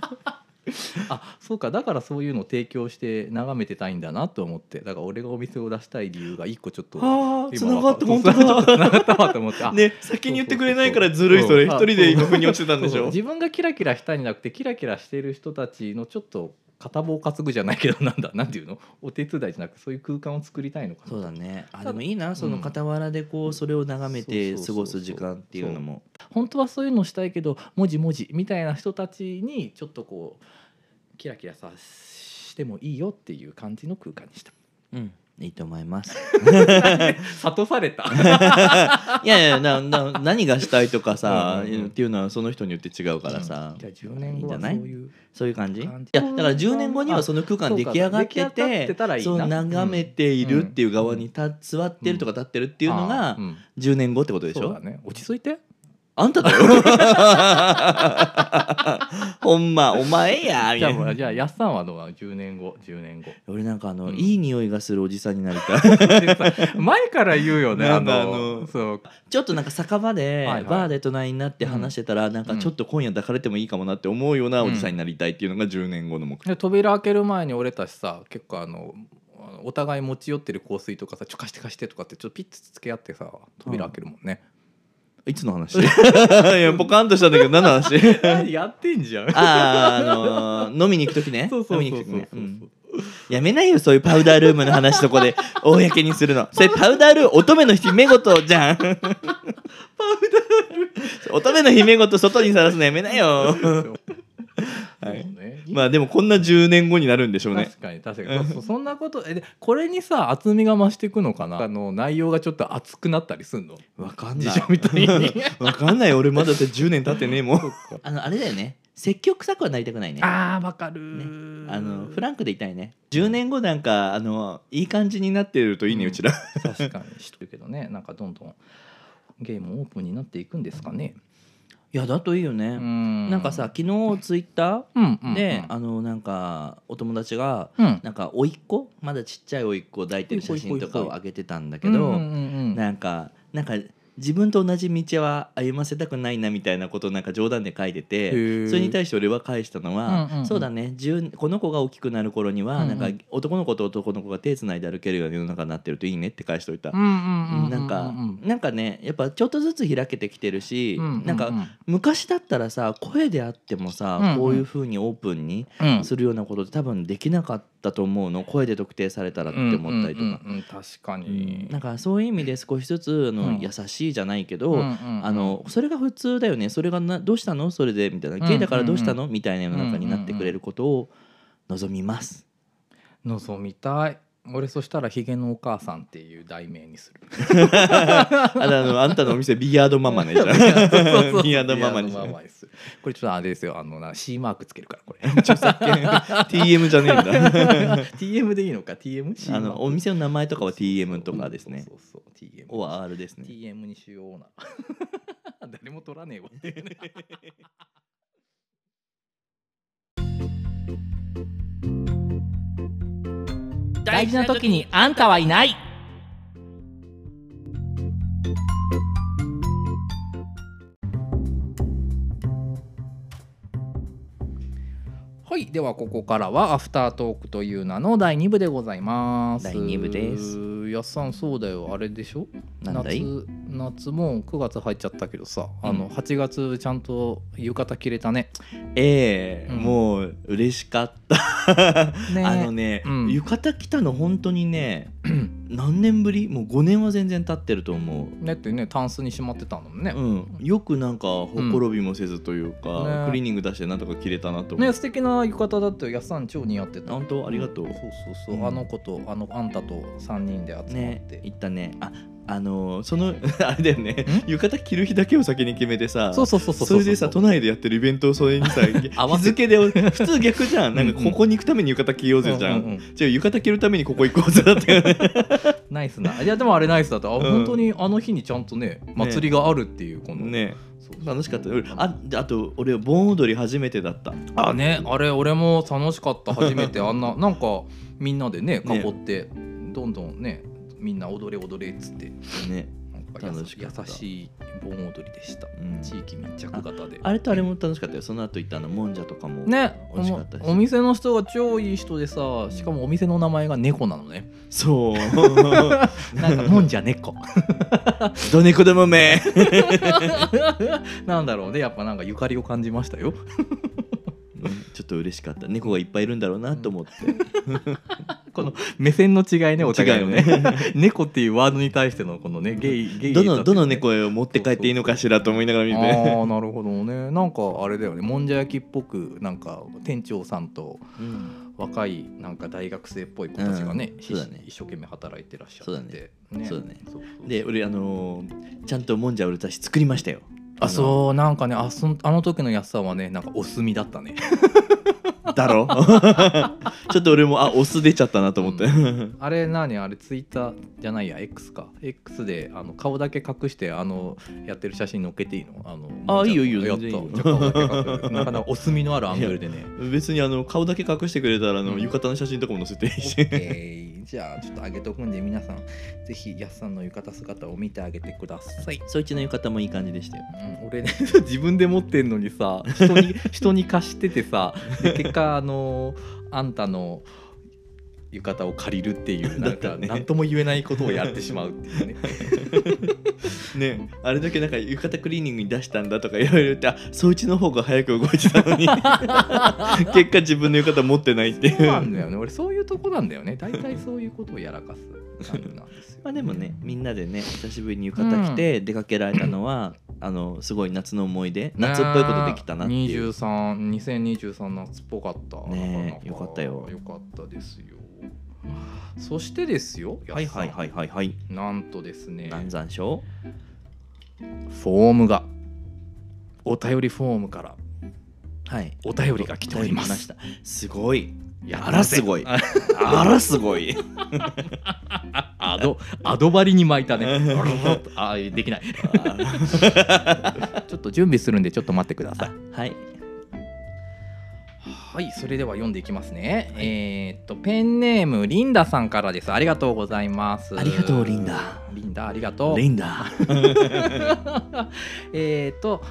[SPEAKER 1] あそうかだからそういうのを提供して眺めてたいんだなと思ってだから俺がお店を出したい理由が一個ちょっと
[SPEAKER 2] あ
[SPEAKER 1] 今
[SPEAKER 2] つながった本当
[SPEAKER 1] ちょっと繋
[SPEAKER 2] だ
[SPEAKER 1] がったわと思ってあ
[SPEAKER 2] ね先に言ってくれないからずるいそれ
[SPEAKER 1] うん
[SPEAKER 2] 一人で今腑に落ちてたんでし
[SPEAKER 1] そう
[SPEAKER 2] ょ
[SPEAKER 1] 自分がキラキラしたいんじゃなくてキラキラしてる人たちのちょっと片棒担ぐじゃないけどなんだなんていうのお手伝いじゃなくてそういう空間を作りたいのかな
[SPEAKER 2] そうだねあ
[SPEAKER 1] た
[SPEAKER 2] でもいいなその傍らでこうそれを眺めて過ごす時間っていうのも
[SPEAKER 1] 本当はそういうのしたいけど文字文字みたいな人たちにちょっとこうキラキラさしてもいいよっていう感じの空間にした
[SPEAKER 2] うんいいと思います
[SPEAKER 1] 諭された
[SPEAKER 2] いやいやなな何がしたいとかさ
[SPEAKER 1] うんうんうん
[SPEAKER 2] っていうのはその人によって違うからさ、
[SPEAKER 1] うんじゃあ10年後はそう
[SPEAKER 2] いいんじ
[SPEAKER 1] いう
[SPEAKER 2] そういう感じい
[SPEAKER 1] 感じ
[SPEAKER 2] やだから10年後にはその空間出来上がっ
[SPEAKER 1] そうか出
[SPEAKER 2] て
[SPEAKER 1] 来上がって
[SPEAKER 2] て
[SPEAKER 1] たらいいな
[SPEAKER 2] そう眺めているっていう側に立つ座ってるとか立ってるっていうの
[SPEAKER 1] あー
[SPEAKER 2] が
[SPEAKER 1] うん
[SPEAKER 2] 10年後ってことでし
[SPEAKER 1] そう
[SPEAKER 2] ょ
[SPEAKER 1] だね落ち着いて
[SPEAKER 2] あんただよ ほんまお前やみ
[SPEAKER 1] じゃ
[SPEAKER 2] た
[SPEAKER 1] あ
[SPEAKER 2] い
[SPEAKER 1] も
[SPEAKER 2] な
[SPEAKER 1] うじゃあやっさんはどうなの10年後10年後
[SPEAKER 2] 俺なんかあの、
[SPEAKER 1] うん
[SPEAKER 2] いい匂いがするおじさんになりたい
[SPEAKER 1] 前から言うよねあ
[SPEAKER 2] なんだ
[SPEAKER 1] の
[SPEAKER 2] あの
[SPEAKER 1] そう
[SPEAKER 2] ちょっとなんか酒場で
[SPEAKER 1] はいはい
[SPEAKER 2] バーで隣になって話してたら、なんかちょっと今夜抱かれてもいいかもなって思うようなおじさんになりたいっていうのが10年後の目標、
[SPEAKER 1] で扉開ける前に俺たちさ結構あのあのお互い持ち寄ってる香水とかさちょ貸して貸してとかってちょっとピッてつけ合ってさ扉開けるもん ね、
[SPEAKER 2] いつの話 いやポカンとしたんだけど何の話
[SPEAKER 1] やってんじゃん
[SPEAKER 2] あああのー飲みに行く時 ね
[SPEAKER 1] そうそう
[SPEAKER 2] 飲
[SPEAKER 1] そ
[SPEAKER 2] み
[SPEAKER 1] う
[SPEAKER 2] に
[SPEAKER 1] そ
[SPEAKER 2] 行く時
[SPEAKER 1] う
[SPEAKER 2] ね、うんやめないよそういうパウダールームの話とこ で公にするのそれパウダールーム乙女の姫事じゃんパウダール乙女の姫事外にさらすのやめなよ はい
[SPEAKER 1] そうね
[SPEAKER 2] まあでもこんな10年後になるんでしょうね
[SPEAKER 1] 確かに確かにそうそうそんなことえでこれにさ厚みが増していくのかなあの内容がちょっと厚くなったりすんの
[SPEAKER 2] わかん
[SPEAKER 1] 自
[SPEAKER 2] ない
[SPEAKER 1] 社みたいに
[SPEAKER 2] わかんない俺まだって10年経ってねえもん
[SPEAKER 1] そっか
[SPEAKER 2] あのあれだよね積極臭くはなりたくないねあ
[SPEAKER 1] あーわかるー、
[SPEAKER 2] のフランクでいたいね10年後なんかあのいい感じになって るといいね、
[SPEAKER 1] う
[SPEAKER 2] うんちら
[SPEAKER 1] 確かにしてるけどねなんかどんどんゲームオープンになっていくんですかね
[SPEAKER 2] いやだといいよ
[SPEAKER 1] う
[SPEAKER 2] ね、
[SPEAKER 1] ん
[SPEAKER 2] なんかさ昨日ツイッタ
[SPEAKER 1] うんうんう
[SPEAKER 2] ー
[SPEAKER 1] ん
[SPEAKER 2] で、あのなんかお友達が
[SPEAKER 1] うん
[SPEAKER 2] なんか甥っ子まだちっちゃい甥っ子を抱いてる写真とかをあげてたんだけ
[SPEAKER 1] うんう
[SPEAKER 2] ど
[SPEAKER 1] んうん
[SPEAKER 2] なんかなんか自分と同じ道は歩ませたくないなみたいなことをなんか冗談で書いてて
[SPEAKER 1] へー
[SPEAKER 2] それに対して俺は返したのは、
[SPEAKER 1] うんうんうん
[SPEAKER 2] そうだね10この子が大きくなる頃には、
[SPEAKER 1] うんうん
[SPEAKER 2] なんか男の子と男の子が手つないで歩けるような世の中になってるといいねって返しといた、
[SPEAKER 1] うんうんうんうんうん
[SPEAKER 2] なんか、なんかねやっぱちょっとずつ開けてきてるし、
[SPEAKER 1] うんうんうん
[SPEAKER 2] なんか昔だったらさ声であってもさ、
[SPEAKER 1] うんうん
[SPEAKER 2] こういうふうにオープンに
[SPEAKER 1] うん
[SPEAKER 2] するようなことって多分できなかったと思うの声で特定されたらって思ったりとか。
[SPEAKER 1] うんうんうんうん確かに
[SPEAKER 2] なんかそういう意味で少しずつあの、
[SPEAKER 1] うん
[SPEAKER 2] 優しいじゃないけど、
[SPEAKER 1] うんうんうん
[SPEAKER 2] あのそれが普通だよねそれがなどうしたのそれでみたいな、
[SPEAKER 1] うん
[SPEAKER 2] ゲイだからどうしたのみたいな世の中になってくれることを望みます。
[SPEAKER 1] 望みたい俺そしたらヒゲのお母さんっていう題名にする
[SPEAKER 2] ああのあんたのお店ビアードマ マねじゃんビアードママにし
[SPEAKER 1] ビアードママにするこれちょっとあれですよあのな C マークつけるからこれ
[SPEAKER 2] 著作権 TM じゃ ねえんだ
[SPEAKER 1] TM でいいのか TM?
[SPEAKER 2] あのお店の名前とかは TM とかですね
[SPEAKER 1] そうそうそう TM
[SPEAKER 2] OR ですね
[SPEAKER 1] TM にしような 誰も取らねえわ大事な時にあんたはいないはいではここからはアフタートークという名の第2部でございます
[SPEAKER 2] 第二部です
[SPEAKER 1] やっさんそうだよあれでしょ
[SPEAKER 2] なんだい
[SPEAKER 1] 夏夏もう9月入っちゃったけどさあの
[SPEAKER 2] うん
[SPEAKER 1] 8月ちゃんと浴衣着れたね,、
[SPEAKER 2] ええ
[SPEAKER 1] うん
[SPEAKER 2] もう嬉しかった、
[SPEAKER 1] ね
[SPEAKER 2] あのね、
[SPEAKER 1] うん
[SPEAKER 2] 浴衣着たの本当に ね何年ぶりもう5年は全然経ってると思
[SPEAKER 1] ねってねタンスにしまってたんだもんね
[SPEAKER 2] う、うん、よくなんかほころびもせずというか、
[SPEAKER 1] うんね
[SPEAKER 2] クリーニング出してなんとか着れたなと思う、
[SPEAKER 1] ね素敵な浴衣だってやっさん超似合ってた
[SPEAKER 2] 本当ありがとう、
[SPEAKER 1] そうそうそう、
[SPEAKER 2] うん
[SPEAKER 1] あの子とあのあんたと3人で集まって、
[SPEAKER 2] ね行ったねああのーその あれだよね
[SPEAKER 1] ん
[SPEAKER 2] 浴衣着る日だけを先に決めてさ
[SPEAKER 1] そうそうそうそう
[SPEAKER 2] れでさ都内でやってるイベントをそれにさ
[SPEAKER 1] 合わ
[SPEAKER 2] 日
[SPEAKER 1] せ
[SPEAKER 2] 付で普通逆じゃんなんか
[SPEAKER 1] うんうん
[SPEAKER 2] ここに行くために浴衣着ようぜじゃん,、
[SPEAKER 1] ううう
[SPEAKER 2] じゃあ浴衣着るためにここ行こうぜだったよね
[SPEAKER 1] ナイスないやでもあれナイスだと、あ
[SPEAKER 2] うん
[SPEAKER 1] 本当にあの日にちゃんとね祭りがあるっていうこの
[SPEAKER 2] ね
[SPEAKER 1] そうそう
[SPEAKER 2] 楽しかったうんあであと俺盆踊り初めてだった
[SPEAKER 1] あねあれ俺も楽しかった初めてあ んななんかみんなでね囲って、どんどんねみんな踊れ踊れっつって
[SPEAKER 2] ね、
[SPEAKER 1] なんかやさ
[SPEAKER 2] 楽しかった
[SPEAKER 1] 優しい盆踊りでした
[SPEAKER 2] うん
[SPEAKER 1] 地域密着型で
[SPEAKER 2] あれとあれも楽しかったよその後行ったあのもんじゃとかも
[SPEAKER 1] ね
[SPEAKER 2] 美味しかったし
[SPEAKER 1] おお店の人が超いい人でさしかもお店の名前が猫なのね
[SPEAKER 2] そう
[SPEAKER 1] なんかもんじゃ猫
[SPEAKER 2] どねこどもめ
[SPEAKER 1] なんだろうねやっぱなんかゆかりを感じましたよ
[SPEAKER 2] うんちょっと嬉しかった猫がいっぱいいるんだろうなと思って、
[SPEAKER 1] 目線の違いねお互いのね
[SPEAKER 2] 違いよ
[SPEAKER 1] 猫っていうワードに対してのこのねゲイゲイ
[SPEAKER 2] どのどの
[SPEAKER 1] ね
[SPEAKER 2] 猫を持って帰っていいのかしらと思いながら見
[SPEAKER 1] あ
[SPEAKER 2] て、
[SPEAKER 1] ーなるほどねなんかあれだよねもんじゃ焼きっぽくなんか店長さんと
[SPEAKER 2] うん
[SPEAKER 1] 若いなんか大学生っぽい子たちがね,、
[SPEAKER 2] うんそうだね
[SPEAKER 1] 一生懸命働いてらっしゃって
[SPEAKER 2] そうだねそうだね
[SPEAKER 1] そうそう
[SPEAKER 2] で俺あのーちゃんともんじゃ俺たち作り ましたよ
[SPEAKER 1] あそうなんかねあそんあの時の安さんはねなんかお墨だったね
[SPEAKER 2] うだろちょっと俺もあオス出ちゃったなと思って、
[SPEAKER 1] うあれ何あれツイッターじゃないや X か X であの顔だけ隠してあのやってる写真載っけていいのあの
[SPEAKER 2] あ
[SPEAKER 1] じゃ
[SPEAKER 2] いいよいいよ
[SPEAKER 1] やっ
[SPEAKER 2] 全然いいよ
[SPEAKER 1] たじゃあ顔だけ隠 してなかなかお墨のあるアングルでね
[SPEAKER 2] 別にあの顔だけ隠してくれたらあの、
[SPEAKER 1] うん
[SPEAKER 2] 浴衣の写真とかも載せていいし、
[SPEAKER 1] えーじゃあちょっと上げとくんで皆さんぜひやっさんの浴衣姿を見てあげてください。
[SPEAKER 2] そいつの浴衣もいい感じでしたよ
[SPEAKER 1] うん俺ね 自分で持ってんのにさ人に人に貸してて さで結果あのあんたの浴衣を借りるっていうなん
[SPEAKER 2] だっ
[SPEAKER 1] か
[SPEAKER 2] たね
[SPEAKER 1] 何とも言えないことをやってしまうっていうね
[SPEAKER 2] ねあれだけなんか浴衣クリーニングに出したんだとかいろいろ言ってあそいつの方が早く動いてたの に結果自分の浴衣持ってないってい
[SPEAKER 1] そうな
[SPEAKER 2] うん
[SPEAKER 1] だよね俺そういうとこなんだよね大体そういうことをやらかす感じなんですよ
[SPEAKER 2] まあでもねみんなでね久しぶりに浴衣着て出かけられたのは、あのすごい夏の思い出夏っぽいことできたなっていう、
[SPEAKER 1] 23 2023夏っぽかった
[SPEAKER 2] ねえ
[SPEAKER 1] なな
[SPEAKER 2] よかったよ
[SPEAKER 1] よかったですよそしてですよ
[SPEAKER 2] はいはいはいはいはい
[SPEAKER 1] いなんとですね
[SPEAKER 2] 南山椒
[SPEAKER 1] フォームがお便りフォームから
[SPEAKER 2] はい
[SPEAKER 1] お便りが来ております
[SPEAKER 2] お便り来ましたすごい
[SPEAKER 1] や
[SPEAKER 2] あらすごい あらすごい
[SPEAKER 1] アドアドバリに巻いたね あできないちょっと準備するんでちょっと待ってください
[SPEAKER 2] はい
[SPEAKER 1] はいそれでは読んでいきますね、えーっとペンネームリンダさんからですありがとうございます
[SPEAKER 2] ありがとうリンダ
[SPEAKER 1] リンダありがとう
[SPEAKER 2] レンダー
[SPEAKER 1] えーと、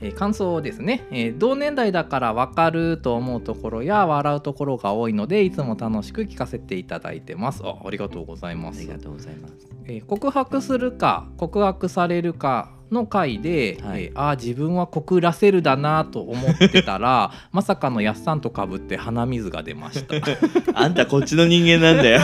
[SPEAKER 1] えー感想ですね、えー同年代だから分かると思うところや笑うところが多いのでいつも楽しく聞かせていただいてますあありがとうございま
[SPEAKER 2] あ
[SPEAKER 1] す
[SPEAKER 2] りがとうございます
[SPEAKER 1] えー告白するか告白されるかの回で、
[SPEAKER 2] はい
[SPEAKER 1] えーああ自分は告らせるだなと思ってたら まさかのやっさんとかぶって鼻水が出ました
[SPEAKER 2] あんたこっちの人間なんだよ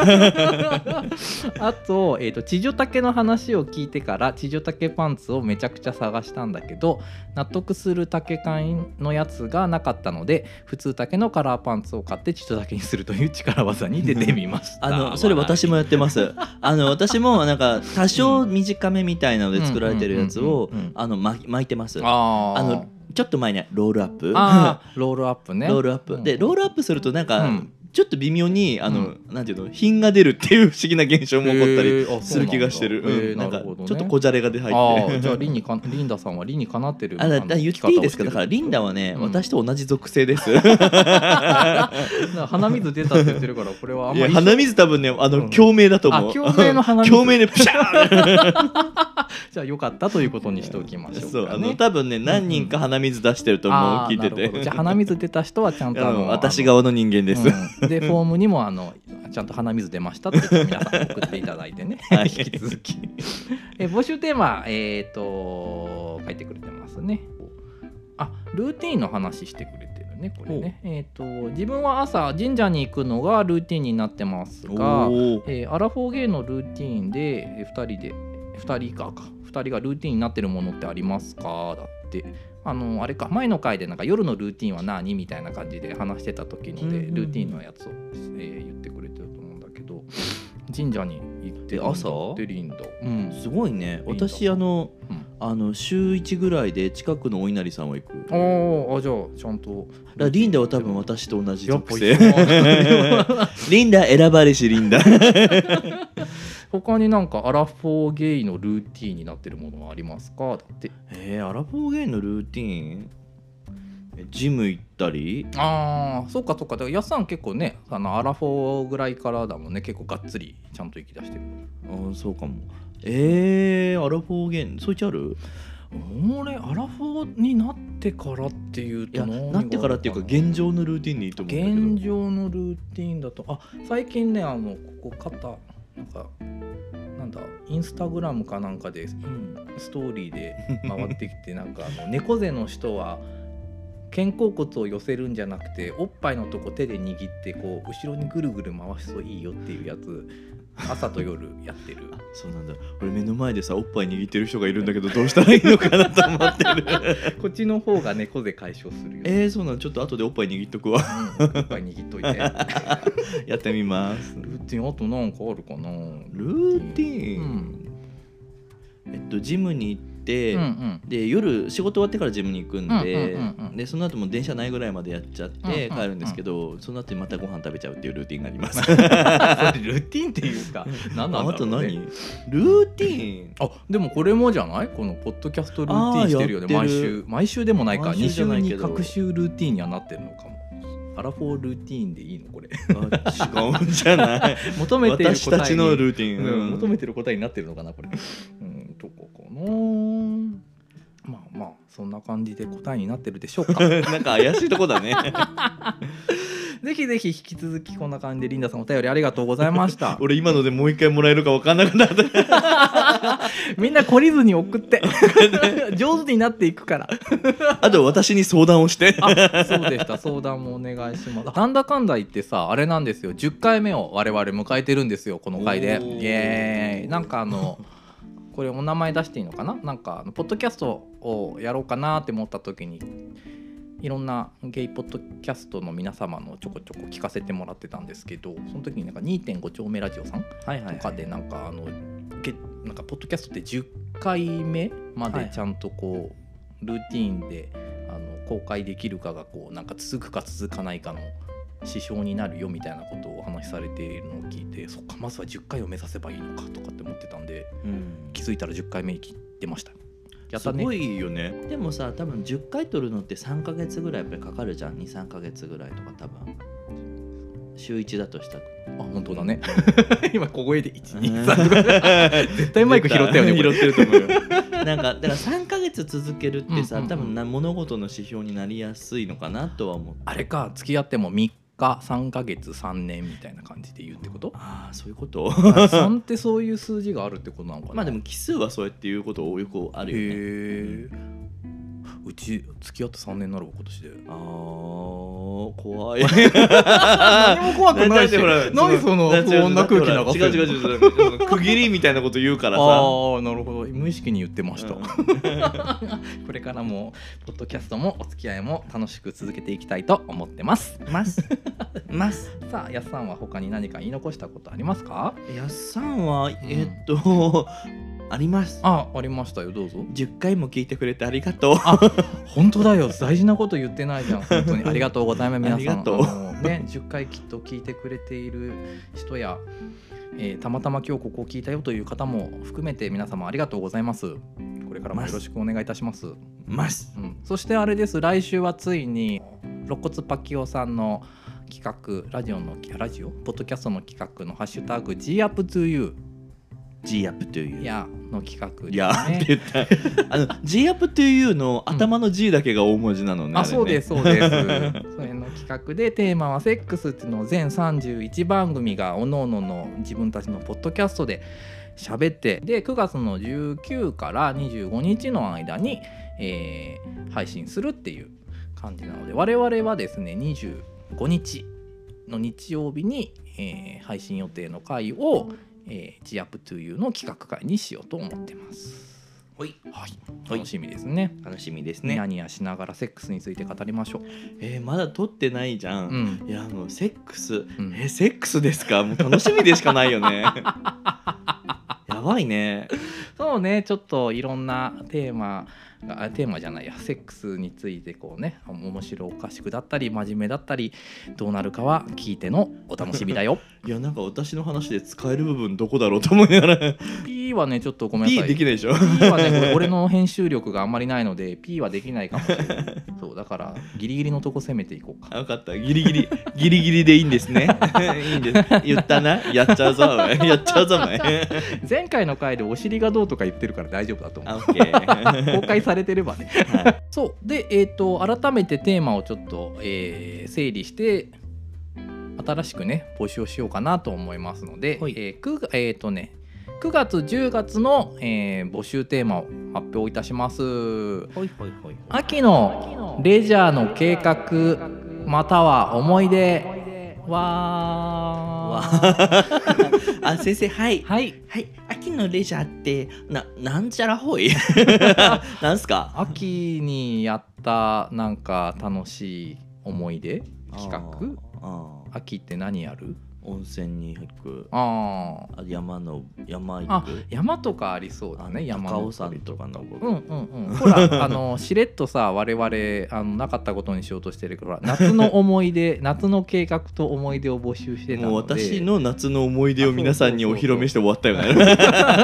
[SPEAKER 1] あと,、えー、と地上丈の話を聞いてから地上丈パンツをめちゃくちゃ探したんだけど納得する丈感のやつがなかったので普通丈のカラーパンツを買って地上丈にするという力技に出てみました
[SPEAKER 2] あのそれ私もやってます あの私もなんか多少短めみたいなので作られてるやつ
[SPEAKER 1] うんうんうんうんう
[SPEAKER 2] を
[SPEAKER 1] ん
[SPEAKER 2] あの巻巻いてますあ
[SPEAKER 1] あー
[SPEAKER 2] のちょっと前にロールアップ
[SPEAKER 1] あーロールアップね
[SPEAKER 2] ロールアップ、
[SPEAKER 1] うん
[SPEAKER 2] でロールアップするとなんか、
[SPEAKER 1] うん
[SPEAKER 2] ちちょっと微妙にあの、なんていうの品が出るっていう不思議な現象も起こったり
[SPEAKER 1] り
[SPEAKER 2] する気がしてる、うんなんかちょっとこじゃれが出入
[SPEAKER 1] あ
[SPEAKER 2] って
[SPEAKER 1] あじゃあリンにかリンダさんはリンにかなってる
[SPEAKER 2] あだだ言っていいですかだからリンダ
[SPEAKER 1] は
[SPEAKER 2] はね、
[SPEAKER 1] うん
[SPEAKER 2] 私と同じ属性ですい
[SPEAKER 1] 鼻水出たって言ってるからこれはあん ま
[SPEAKER 2] や
[SPEAKER 1] り
[SPEAKER 2] 鼻水多分ねあの、
[SPEAKER 1] うん
[SPEAKER 2] 共鳴だと思う
[SPEAKER 1] あ共鳴の鼻水
[SPEAKER 2] 共 鳴でプシャーン
[SPEAKER 1] じゃあ よかったということにしておきましょ
[SPEAKER 2] そううあ
[SPEAKER 1] か
[SPEAKER 2] の
[SPEAKER 1] ね
[SPEAKER 2] 多分ね何人か鼻水出してると思う、
[SPEAKER 1] あー
[SPEAKER 2] 聞いて
[SPEAKER 1] なるほ
[SPEAKER 2] て
[SPEAKER 1] どじゃあ鼻水出た人はちゃんと
[SPEAKER 2] あ
[SPEAKER 1] あ
[SPEAKER 2] の
[SPEAKER 1] の
[SPEAKER 2] 私側の人間です、
[SPEAKER 1] うんでフォームにもあのちゃんと鼻水出ましたって皆さん送っていただいてね、
[SPEAKER 2] はい
[SPEAKER 1] 引き続きえ募集テーマえっ、と書いてくれてますねあルーティンの話してくれてるねこれねえっ、と自分は朝神社に行くのがルーティンになってますが、
[SPEAKER 2] おー
[SPEAKER 1] えーアラフォーゲイのルーティンで、えー、2人で2人以下か2人がルーティンになってるものってありますかだってあのあれか前の回でなんか夜のルーティンは何みたいな感じで話してた時ので
[SPEAKER 2] うんうん
[SPEAKER 1] ルーティンのやつを、えー言ってくれてると思うんだけど神社に行ってる
[SPEAKER 2] え
[SPEAKER 1] んだ
[SPEAKER 2] 朝
[SPEAKER 1] ってリンダうん
[SPEAKER 2] すごいね
[SPEAKER 1] リンダ
[SPEAKER 2] 私あの,、
[SPEAKER 1] うん
[SPEAKER 2] あの週1ぐらいで近くのお稲荷さんは行くだ
[SPEAKER 1] あ
[SPEAKER 2] か
[SPEAKER 1] ーあじゃあちゃんと
[SPEAKER 2] らリンダは多分私と同じ
[SPEAKER 1] やっぱ
[SPEAKER 2] 属
[SPEAKER 1] 一
[SPEAKER 2] 性
[SPEAKER 1] 緒
[SPEAKER 2] リンダ選ばれしリンダ
[SPEAKER 1] 他になんかアラフォーゲイのルーティンになってるものはありますかだって
[SPEAKER 2] えー、アラフォーゲイのルーティンえジム行ったり
[SPEAKER 1] ああそうかそうかだからやっさん結構ねあのアラフォーぐらいからだもんね結構がっつりちゃんと行き出してる
[SPEAKER 2] あそうかもえー、アラフォーゲイそいつある
[SPEAKER 1] 俺アラフォーになってからっていう
[SPEAKER 2] い
[SPEAKER 1] と
[SPEAKER 2] やなってからっていうか
[SPEAKER 1] 現
[SPEAKER 2] 現状のルーティンでいいと思うんだけど
[SPEAKER 1] 状のルーティンだとあ最近ねあのここ肩なんかなんだインスタグラムかなんかでストーリー で回ってきてなんかあの猫背の人は肩甲骨を寄せるんじゃなくておっぱいのとこ手で握ってこう後ろにぐるぐる回すといいよっていうやつ朝と夜やってる
[SPEAKER 2] そうなんだ俺目の前でさおっぱい握ってる人がいるんだけどどうしたらいいのかなと思って る
[SPEAKER 1] こっちの方が猫背解消するよ、
[SPEAKER 2] えー、そうなんちょっと後でおっぱい握っとくわ
[SPEAKER 1] うん、おっぱい握っといて
[SPEAKER 2] やってみます
[SPEAKER 1] ルーティンあとなんかあるかな
[SPEAKER 2] ルーティーン、えっとジムに行って、
[SPEAKER 1] うん うん
[SPEAKER 2] で夜仕事終わってからジムに行くんで,、
[SPEAKER 1] うんうんうんうん
[SPEAKER 2] でその後も電車ないぐらいまでやっちゃって
[SPEAKER 1] うんうんうん
[SPEAKER 2] 帰るんですけど、その後にまたご飯食べちゃうっていうルーティンがあります
[SPEAKER 1] あそれルーティンっていうか何 なん
[SPEAKER 2] あ
[SPEAKER 1] だろ
[SPEAKER 2] と
[SPEAKER 1] う、ね、
[SPEAKER 2] 何ルーティーン
[SPEAKER 1] あでもこれもじゃないこのポッドキャストルーティンしてるよね
[SPEAKER 2] あーやっ
[SPEAKER 1] 毎
[SPEAKER 2] てる
[SPEAKER 1] 週毎週でもないか
[SPEAKER 2] 毎週
[SPEAKER 1] 2
[SPEAKER 2] じ
[SPEAKER 1] 週
[SPEAKER 2] ゃないけ
[SPEAKER 1] に
[SPEAKER 2] ど
[SPEAKER 1] 各週ルーティンにはなってるのかもアラフォールーティンでいいのこ れ
[SPEAKER 2] あ違うんじゃ ない
[SPEAKER 1] 求めてる答えに
[SPEAKER 2] 私たちのルーティーン、
[SPEAKER 1] うん、求
[SPEAKER 2] うん
[SPEAKER 1] めてる答えになってるのかなこれうんどこかなまあまあそんな感じで答えになってるでしょう か
[SPEAKER 2] なんか怪しいとこだね
[SPEAKER 1] ぜひぜひ引き続きこんな感じでリンダさんお便りありがとうございました
[SPEAKER 2] 俺今のでもう一回もらえるか分かんなくなった
[SPEAKER 1] みんな懲りずに送って上手になっていくから
[SPEAKER 2] あと私に相談をして
[SPEAKER 1] あそうでした相談もお願いしますなんだかんだ言ってさあれなんですよ10回目を我々迎えてるんですよこの回で
[SPEAKER 2] おー
[SPEAKER 1] イエーイなんかあのこれお名前出していいのかななんかあのポッドキャストをやろうかなって思った時にいろんなゲイポッドキャストの皆様のちょこちょこ聞かせてもらってたんですけどその時になんか2.5丁目ラジオさん
[SPEAKER 2] はい
[SPEAKER 1] とかでなんかあのげなんかポッドキャストって10回目ま
[SPEAKER 2] は
[SPEAKER 1] で
[SPEAKER 2] い
[SPEAKER 1] ちゃんとこうルーティーンであの公開できるかがこうなんか続くか続かないかの指標になるよみたいなことをお話しされているのを聞いてそっかまずは10回を目指せばいいのかとかって思ってたんで
[SPEAKER 2] うん
[SPEAKER 1] 気づいたら10回目に切ってましたやっ
[SPEAKER 2] す
[SPEAKER 1] たね
[SPEAKER 2] ごいよね
[SPEAKER 3] でもさ多分10回取るのって3ヶ月ぐらいやっぱりかかるじゃん23ヶ月ぐらいとか多分週1だとした ら
[SPEAKER 1] あ本当だね 今小声で123とか 絶対マイク拾ったよねこれ
[SPEAKER 2] 拾ってると思うよ
[SPEAKER 3] なんかだから3ヶ月続けるってさ、
[SPEAKER 1] うんうんうん
[SPEAKER 3] 多分な物事の指標になりやすいのかなとは思って
[SPEAKER 1] あれか付き合っても3日3ヶ月3年みたいな感じで言うってこと
[SPEAKER 3] ああそういうこ
[SPEAKER 2] こと
[SPEAKER 1] 3ってそういう数字があるってことなのかな
[SPEAKER 2] まあでも奇数はそうやっていうことをよくあ
[SPEAKER 1] へ
[SPEAKER 2] るよね
[SPEAKER 1] えうち付き合って3年になるわ今年で
[SPEAKER 2] あー 怖い
[SPEAKER 1] 何も怖くないし何その不穏な空気流
[SPEAKER 2] 違う違う
[SPEAKER 1] す
[SPEAKER 2] 違う違う違う区切りみたいなこと言うから
[SPEAKER 1] あ
[SPEAKER 2] さ
[SPEAKER 1] あなるほど無意識に言ってました、
[SPEAKER 2] う
[SPEAKER 1] これからもポッドキャストもお付き合いも楽しく続けていきたいと思ってます
[SPEAKER 3] とますます
[SPEAKER 1] さあやっさんは他に何か言い残したことありますか
[SPEAKER 3] やっさんは、
[SPEAKER 1] ん
[SPEAKER 3] えっと
[SPEAKER 2] あります
[SPEAKER 1] あありましたよどうぞ
[SPEAKER 2] 10回も聞いてくれてありがとう
[SPEAKER 1] 本当だよ大事なこと言ってないじ ゃん本当にありがとうございます皆さん
[SPEAKER 2] ありがとう
[SPEAKER 1] のね10回きっと聞いてくれている人や、えーたまたま今日ここを聞いたよという方も含めて皆様ありがとうございますこれからもよろしくお願いいたします、
[SPEAKER 2] ます
[SPEAKER 1] うん、そしてあれです来週はついに肋骨パキオさんの企画ラジオのラジオポッドキャストの企画の「ハッシュタグ #GUPTOYOU
[SPEAKER 2] G up to」you
[SPEAKER 1] やの企画です、ね、
[SPEAKER 2] いやーって言ったあの G up to you の頭の G だけが大文字なのね、
[SPEAKER 1] あ
[SPEAKER 2] れね
[SPEAKER 1] そうですそうです それの企画でテーマは「セックス」っていうのを全31番組がおのおのの自分たちのポッドキャストで喋ってで9月の19から25日の間に、えー配信するっていう感じなので我々はですね25日の日曜日に、えー配信予定の回を「えー、G up to you」の企画会にしようと思ってます。
[SPEAKER 4] はい、
[SPEAKER 1] はい、楽しみですね。
[SPEAKER 4] 楽しみです
[SPEAKER 1] ニ
[SPEAKER 4] ね
[SPEAKER 1] ヤニヤしながらセックスについて語りましょう。
[SPEAKER 2] えーまだ撮ってないじゃん、
[SPEAKER 1] うん、
[SPEAKER 2] いやもうセックス、
[SPEAKER 1] ん
[SPEAKER 2] えーセックスですかもう楽しみでしかないよねやばいね
[SPEAKER 1] そうねちょっといろんなテーマがあテーマじゃないやセックスについてこうね面白おかしくだったり真面目だったりどうなるかは聞いてのお楽しみ だよ。
[SPEAKER 2] いやなんか私の話で使える部分どこだろうと思いながら
[SPEAKER 1] P はねちょっとごめん
[SPEAKER 2] P
[SPEAKER 1] なさい。
[SPEAKER 2] できないでしょ
[SPEAKER 1] P はねこれ俺の編集力があんまりないので P はできないかもしれない。そうだからギリギリのとこ攻めていこうか。
[SPEAKER 2] あ分かったギリギリギリギリでいいんです ねいいんです言ったなやっちゃうぞお前やっちゃうぞお前
[SPEAKER 1] 前回の回でお尻がどうとか言ってるから大丈夫だと思
[SPEAKER 2] あ
[SPEAKER 1] う。
[SPEAKER 2] オッケー
[SPEAKER 1] 公開されてればね。
[SPEAKER 2] はい
[SPEAKER 1] そうで、えー、と改めてテーマをちょっと、えー整理して新しくね募集をしようかなと思いますので、
[SPEAKER 4] はい
[SPEAKER 1] えーくえーとね、9月10月の、えー募集テーマを発表いたします
[SPEAKER 4] ほいほいほい
[SPEAKER 1] 秋のレジャーの計画または思い出わー
[SPEAKER 4] あ先生はい
[SPEAKER 1] はい
[SPEAKER 4] はい秋のレジャーってななんちゃらほいなんすか
[SPEAKER 1] 秋にやったなんか楽しい思い出企画
[SPEAKER 4] あーあー
[SPEAKER 1] 秋って何やる
[SPEAKER 4] 温泉に行く
[SPEAKER 1] ああ
[SPEAKER 4] あ山の山行
[SPEAKER 1] あ
[SPEAKER 4] く
[SPEAKER 1] 山とかありそうだね山
[SPEAKER 4] 高尾
[SPEAKER 1] の
[SPEAKER 4] 山とか登
[SPEAKER 1] う
[SPEAKER 4] る
[SPEAKER 1] んうんうんほらあのしれっとさ我々あのなかったことにしようとしてるから夏の思い出夏の計画と思い出を募集してたので
[SPEAKER 2] もう私の夏の思い出を皆さんにお披露目して終わったよね。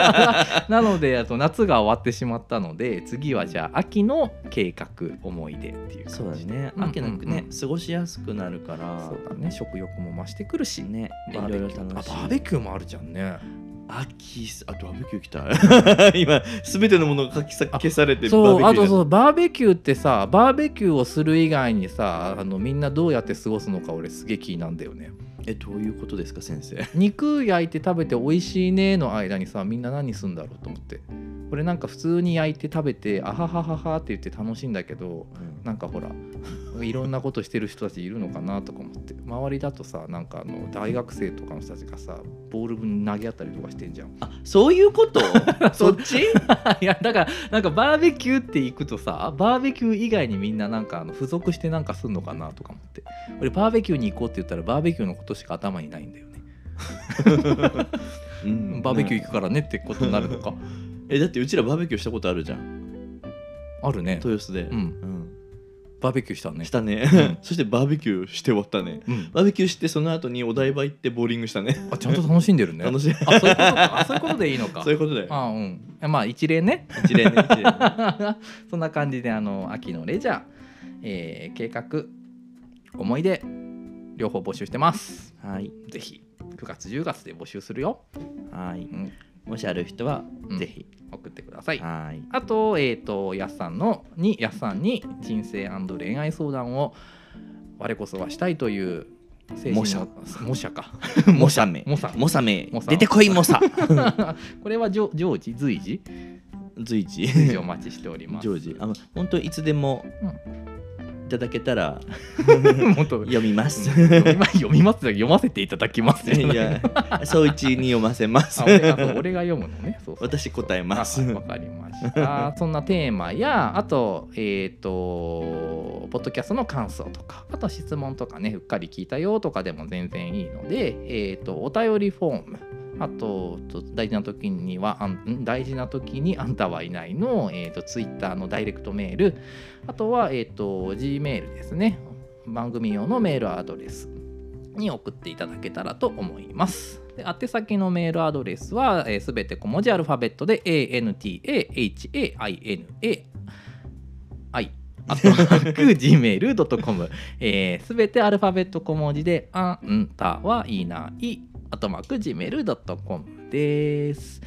[SPEAKER 1] なのであと夏が終わってしまったので次はじゃあ秋の計画思い出っていう
[SPEAKER 4] そう
[SPEAKER 1] 感
[SPEAKER 4] だ
[SPEAKER 1] じ
[SPEAKER 4] ね
[SPEAKER 1] うんうんうん
[SPEAKER 4] 秋なんかね過ごしやすくなるから
[SPEAKER 1] そうだね食欲も増してくるし
[SPEAKER 4] ねい
[SPEAKER 1] バー
[SPEAKER 4] ろ
[SPEAKER 1] ベ
[SPEAKER 4] いろ
[SPEAKER 1] キュー
[SPEAKER 4] 楽しい
[SPEAKER 1] あバーベキューもあるじゃんね
[SPEAKER 2] 秋すあバーベキュー来た 今すべてのものが書きさ消されて
[SPEAKER 1] そう
[SPEAKER 2] バ
[SPEAKER 1] あ
[SPEAKER 2] ーベキ
[SPEAKER 1] と
[SPEAKER 2] ューになっ
[SPEAKER 1] そうバーベキューってさバーベキューをする以外にさあのみんなどうやって過ごすのか俺すげえ気になんだよね
[SPEAKER 2] えどういうことですか先生
[SPEAKER 1] 肉焼いて食べて美味しいねの間にさみんな何すんだろうと思って俺なんか普通に焼いて食べてあははははって言って楽しいんだけど
[SPEAKER 4] うん
[SPEAKER 1] なんかほらいろんなことしてる人たちいるのかなとか思って周りだとさなんかあの大学生とかの人たちがさボール投げ合ったりとかしてんじ ゃん
[SPEAKER 4] あそういうことそっち
[SPEAKER 1] いやだからなんかバーベキューって行くとさバーベキュー以外にみんななんかあの付属してなんかすんのかなとか思って俺バーベキューに行こうって言ったらバーベキューのことしか頭にないんだよね
[SPEAKER 2] うん
[SPEAKER 1] バーベキュー行くからねってことになるのか
[SPEAKER 2] えだってうちらバーベキューしたことあるじゃん
[SPEAKER 1] あるね
[SPEAKER 2] 豊洲で
[SPEAKER 1] う、ん、
[SPEAKER 2] うん
[SPEAKER 1] バーベキューしたね
[SPEAKER 2] し。たね、
[SPEAKER 1] ん
[SPEAKER 2] そしてバーベキューして終わったね
[SPEAKER 1] うん、
[SPEAKER 2] バーベキューしてその後にお台場行ってボーリングしたね
[SPEAKER 1] あちゃんと楽しんでるね。
[SPEAKER 2] 楽しい
[SPEAKER 1] あそういうことか。あそういうことでいいのか。
[SPEAKER 2] そういうことだよ
[SPEAKER 1] あうん。まあ一例ね。
[SPEAKER 2] 一例 ね一例
[SPEAKER 1] そんな感じであの秋のレジャー、えー計画思い出両方募集してます。
[SPEAKER 4] はい
[SPEAKER 1] ぜひ9月10月で募集するよ。
[SPEAKER 4] はい
[SPEAKER 1] うん、
[SPEAKER 4] もしある人は
[SPEAKER 1] うん
[SPEAKER 4] ぜひ
[SPEAKER 1] 送ってください。
[SPEAKER 4] はい
[SPEAKER 1] あと、えっ、と、やっさんの、に、やっさんに人生恋愛相談を我こそはしたいという精神の
[SPEAKER 4] 模写。
[SPEAKER 1] 模写 か。
[SPEAKER 4] モサメ
[SPEAKER 1] モサ
[SPEAKER 4] モサメ
[SPEAKER 1] モサ
[SPEAKER 4] 出てこいモサ
[SPEAKER 1] これは常常時随時
[SPEAKER 2] 随時
[SPEAKER 1] 随時お待ちしております。
[SPEAKER 2] ジョー ジあの本当いつでもいただけたら
[SPEAKER 1] もっと
[SPEAKER 2] 読みます
[SPEAKER 1] 読みま読みます読ませていただきます
[SPEAKER 2] いや総一に読ませます
[SPEAKER 1] あ俺がそう俺が読むのね。そうそう
[SPEAKER 2] 私答えます
[SPEAKER 1] あわかりま した。そんなテーマや、あと、えっ、と、ポッドキャストの感想とか、あと質問とかね、うっかり聞いたよとかでも全然いいので、えっ、と、お便りフォーム、あとと大事な時にはあんん大事な時にあんたはいないの、えー、とツイッターのダイレクトメールあとは、えー、と G メールですね番組用のメールアドレスに送っていただけたらと思いますで宛先のメールアドレスは、えー、全て小文字アルファベットで ANTAHAINA はいあと gmail.com えーすべてアルファベット小文字で、あんたはいない、あとマーク gmail.com です。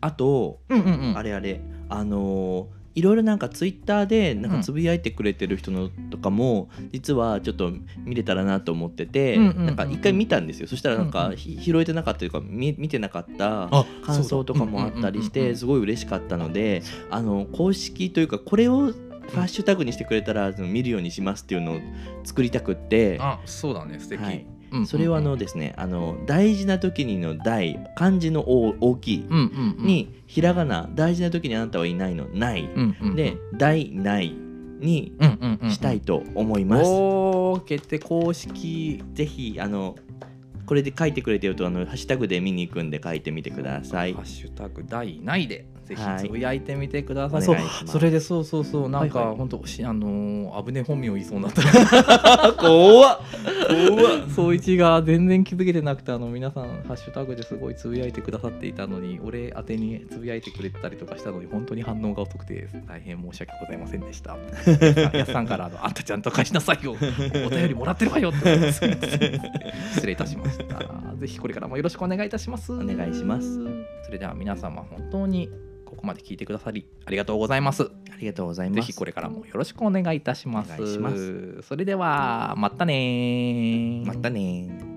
[SPEAKER 2] あと
[SPEAKER 1] うんうんうん。
[SPEAKER 2] あ
[SPEAKER 1] れ
[SPEAKER 2] れあれあのーいろいろなんかツイッターでな
[SPEAKER 1] う
[SPEAKER 2] んか
[SPEAKER 1] ん
[SPEAKER 2] つぶやいてくれてる人のとかも実はちょっと見れたらなと思ってて、
[SPEAKER 1] うんうんうんうん
[SPEAKER 2] なんか一回見たんですよそしたらなん
[SPEAKER 1] うん
[SPEAKER 2] か
[SPEAKER 1] うん
[SPEAKER 2] ひ、拾えてなかったというか見見てなかった
[SPEAKER 5] あ
[SPEAKER 2] 感想とかもあったりし
[SPEAKER 1] うんうんうんう
[SPEAKER 2] て
[SPEAKER 1] ん
[SPEAKER 2] すごい嬉しかったのであの公式というかこれをハッシュタグにしてくれたらその見るようにしますっていうのを作りたくって、は
[SPEAKER 1] あ、そうだね、素敵。
[SPEAKER 2] い、
[SPEAKER 1] うんうんうん
[SPEAKER 2] それはあの、ですねあの大事な時にの「大」漢字の「大」大きい
[SPEAKER 1] うんうんうん、
[SPEAKER 2] にひらがな大事な時にあなたはいないの「ない」
[SPEAKER 1] うんうんうん、
[SPEAKER 2] で「大ない」に
[SPEAKER 1] うんうんうん、
[SPEAKER 2] したいと思います。
[SPEAKER 1] おー、決定公式。
[SPEAKER 2] ぜひあのこれで書いてくれてるとあのハッシュタグで見に行くんで書いてみてください
[SPEAKER 1] ハ。ッシュタグ第ないでぜひ
[SPEAKER 2] はい
[SPEAKER 1] つぶやいてみてください。
[SPEAKER 2] お
[SPEAKER 1] そう
[SPEAKER 2] 願いします
[SPEAKER 1] それでそうそうそうなんか、
[SPEAKER 2] はいはい
[SPEAKER 1] 本当しあのー、危ねえ本名言いそうになった。
[SPEAKER 2] 怖っ
[SPEAKER 1] 総一が全然気づけてなくてあの皆さんハッシュタグですごいつぶやいてくださっていたのに俺宛てにつぶやいてくれたりとかしたのに本当に反応が遅くて大変申し訳ございませんでした。やすさんからあの「あんたちゃんと返しなさいよお便りもらってるわよ」って失礼いたしました。ぜひこれからもよろしくお願いいたします。
[SPEAKER 2] お願いします。
[SPEAKER 1] それでは皆様本当にここまで聞いてくださりありがとうございます。
[SPEAKER 2] ありがとうござい
[SPEAKER 1] ぜ
[SPEAKER 2] ます。
[SPEAKER 1] ひこれからもよろしくお願いいたします。
[SPEAKER 2] お願いします
[SPEAKER 1] それではまたねー
[SPEAKER 2] またねー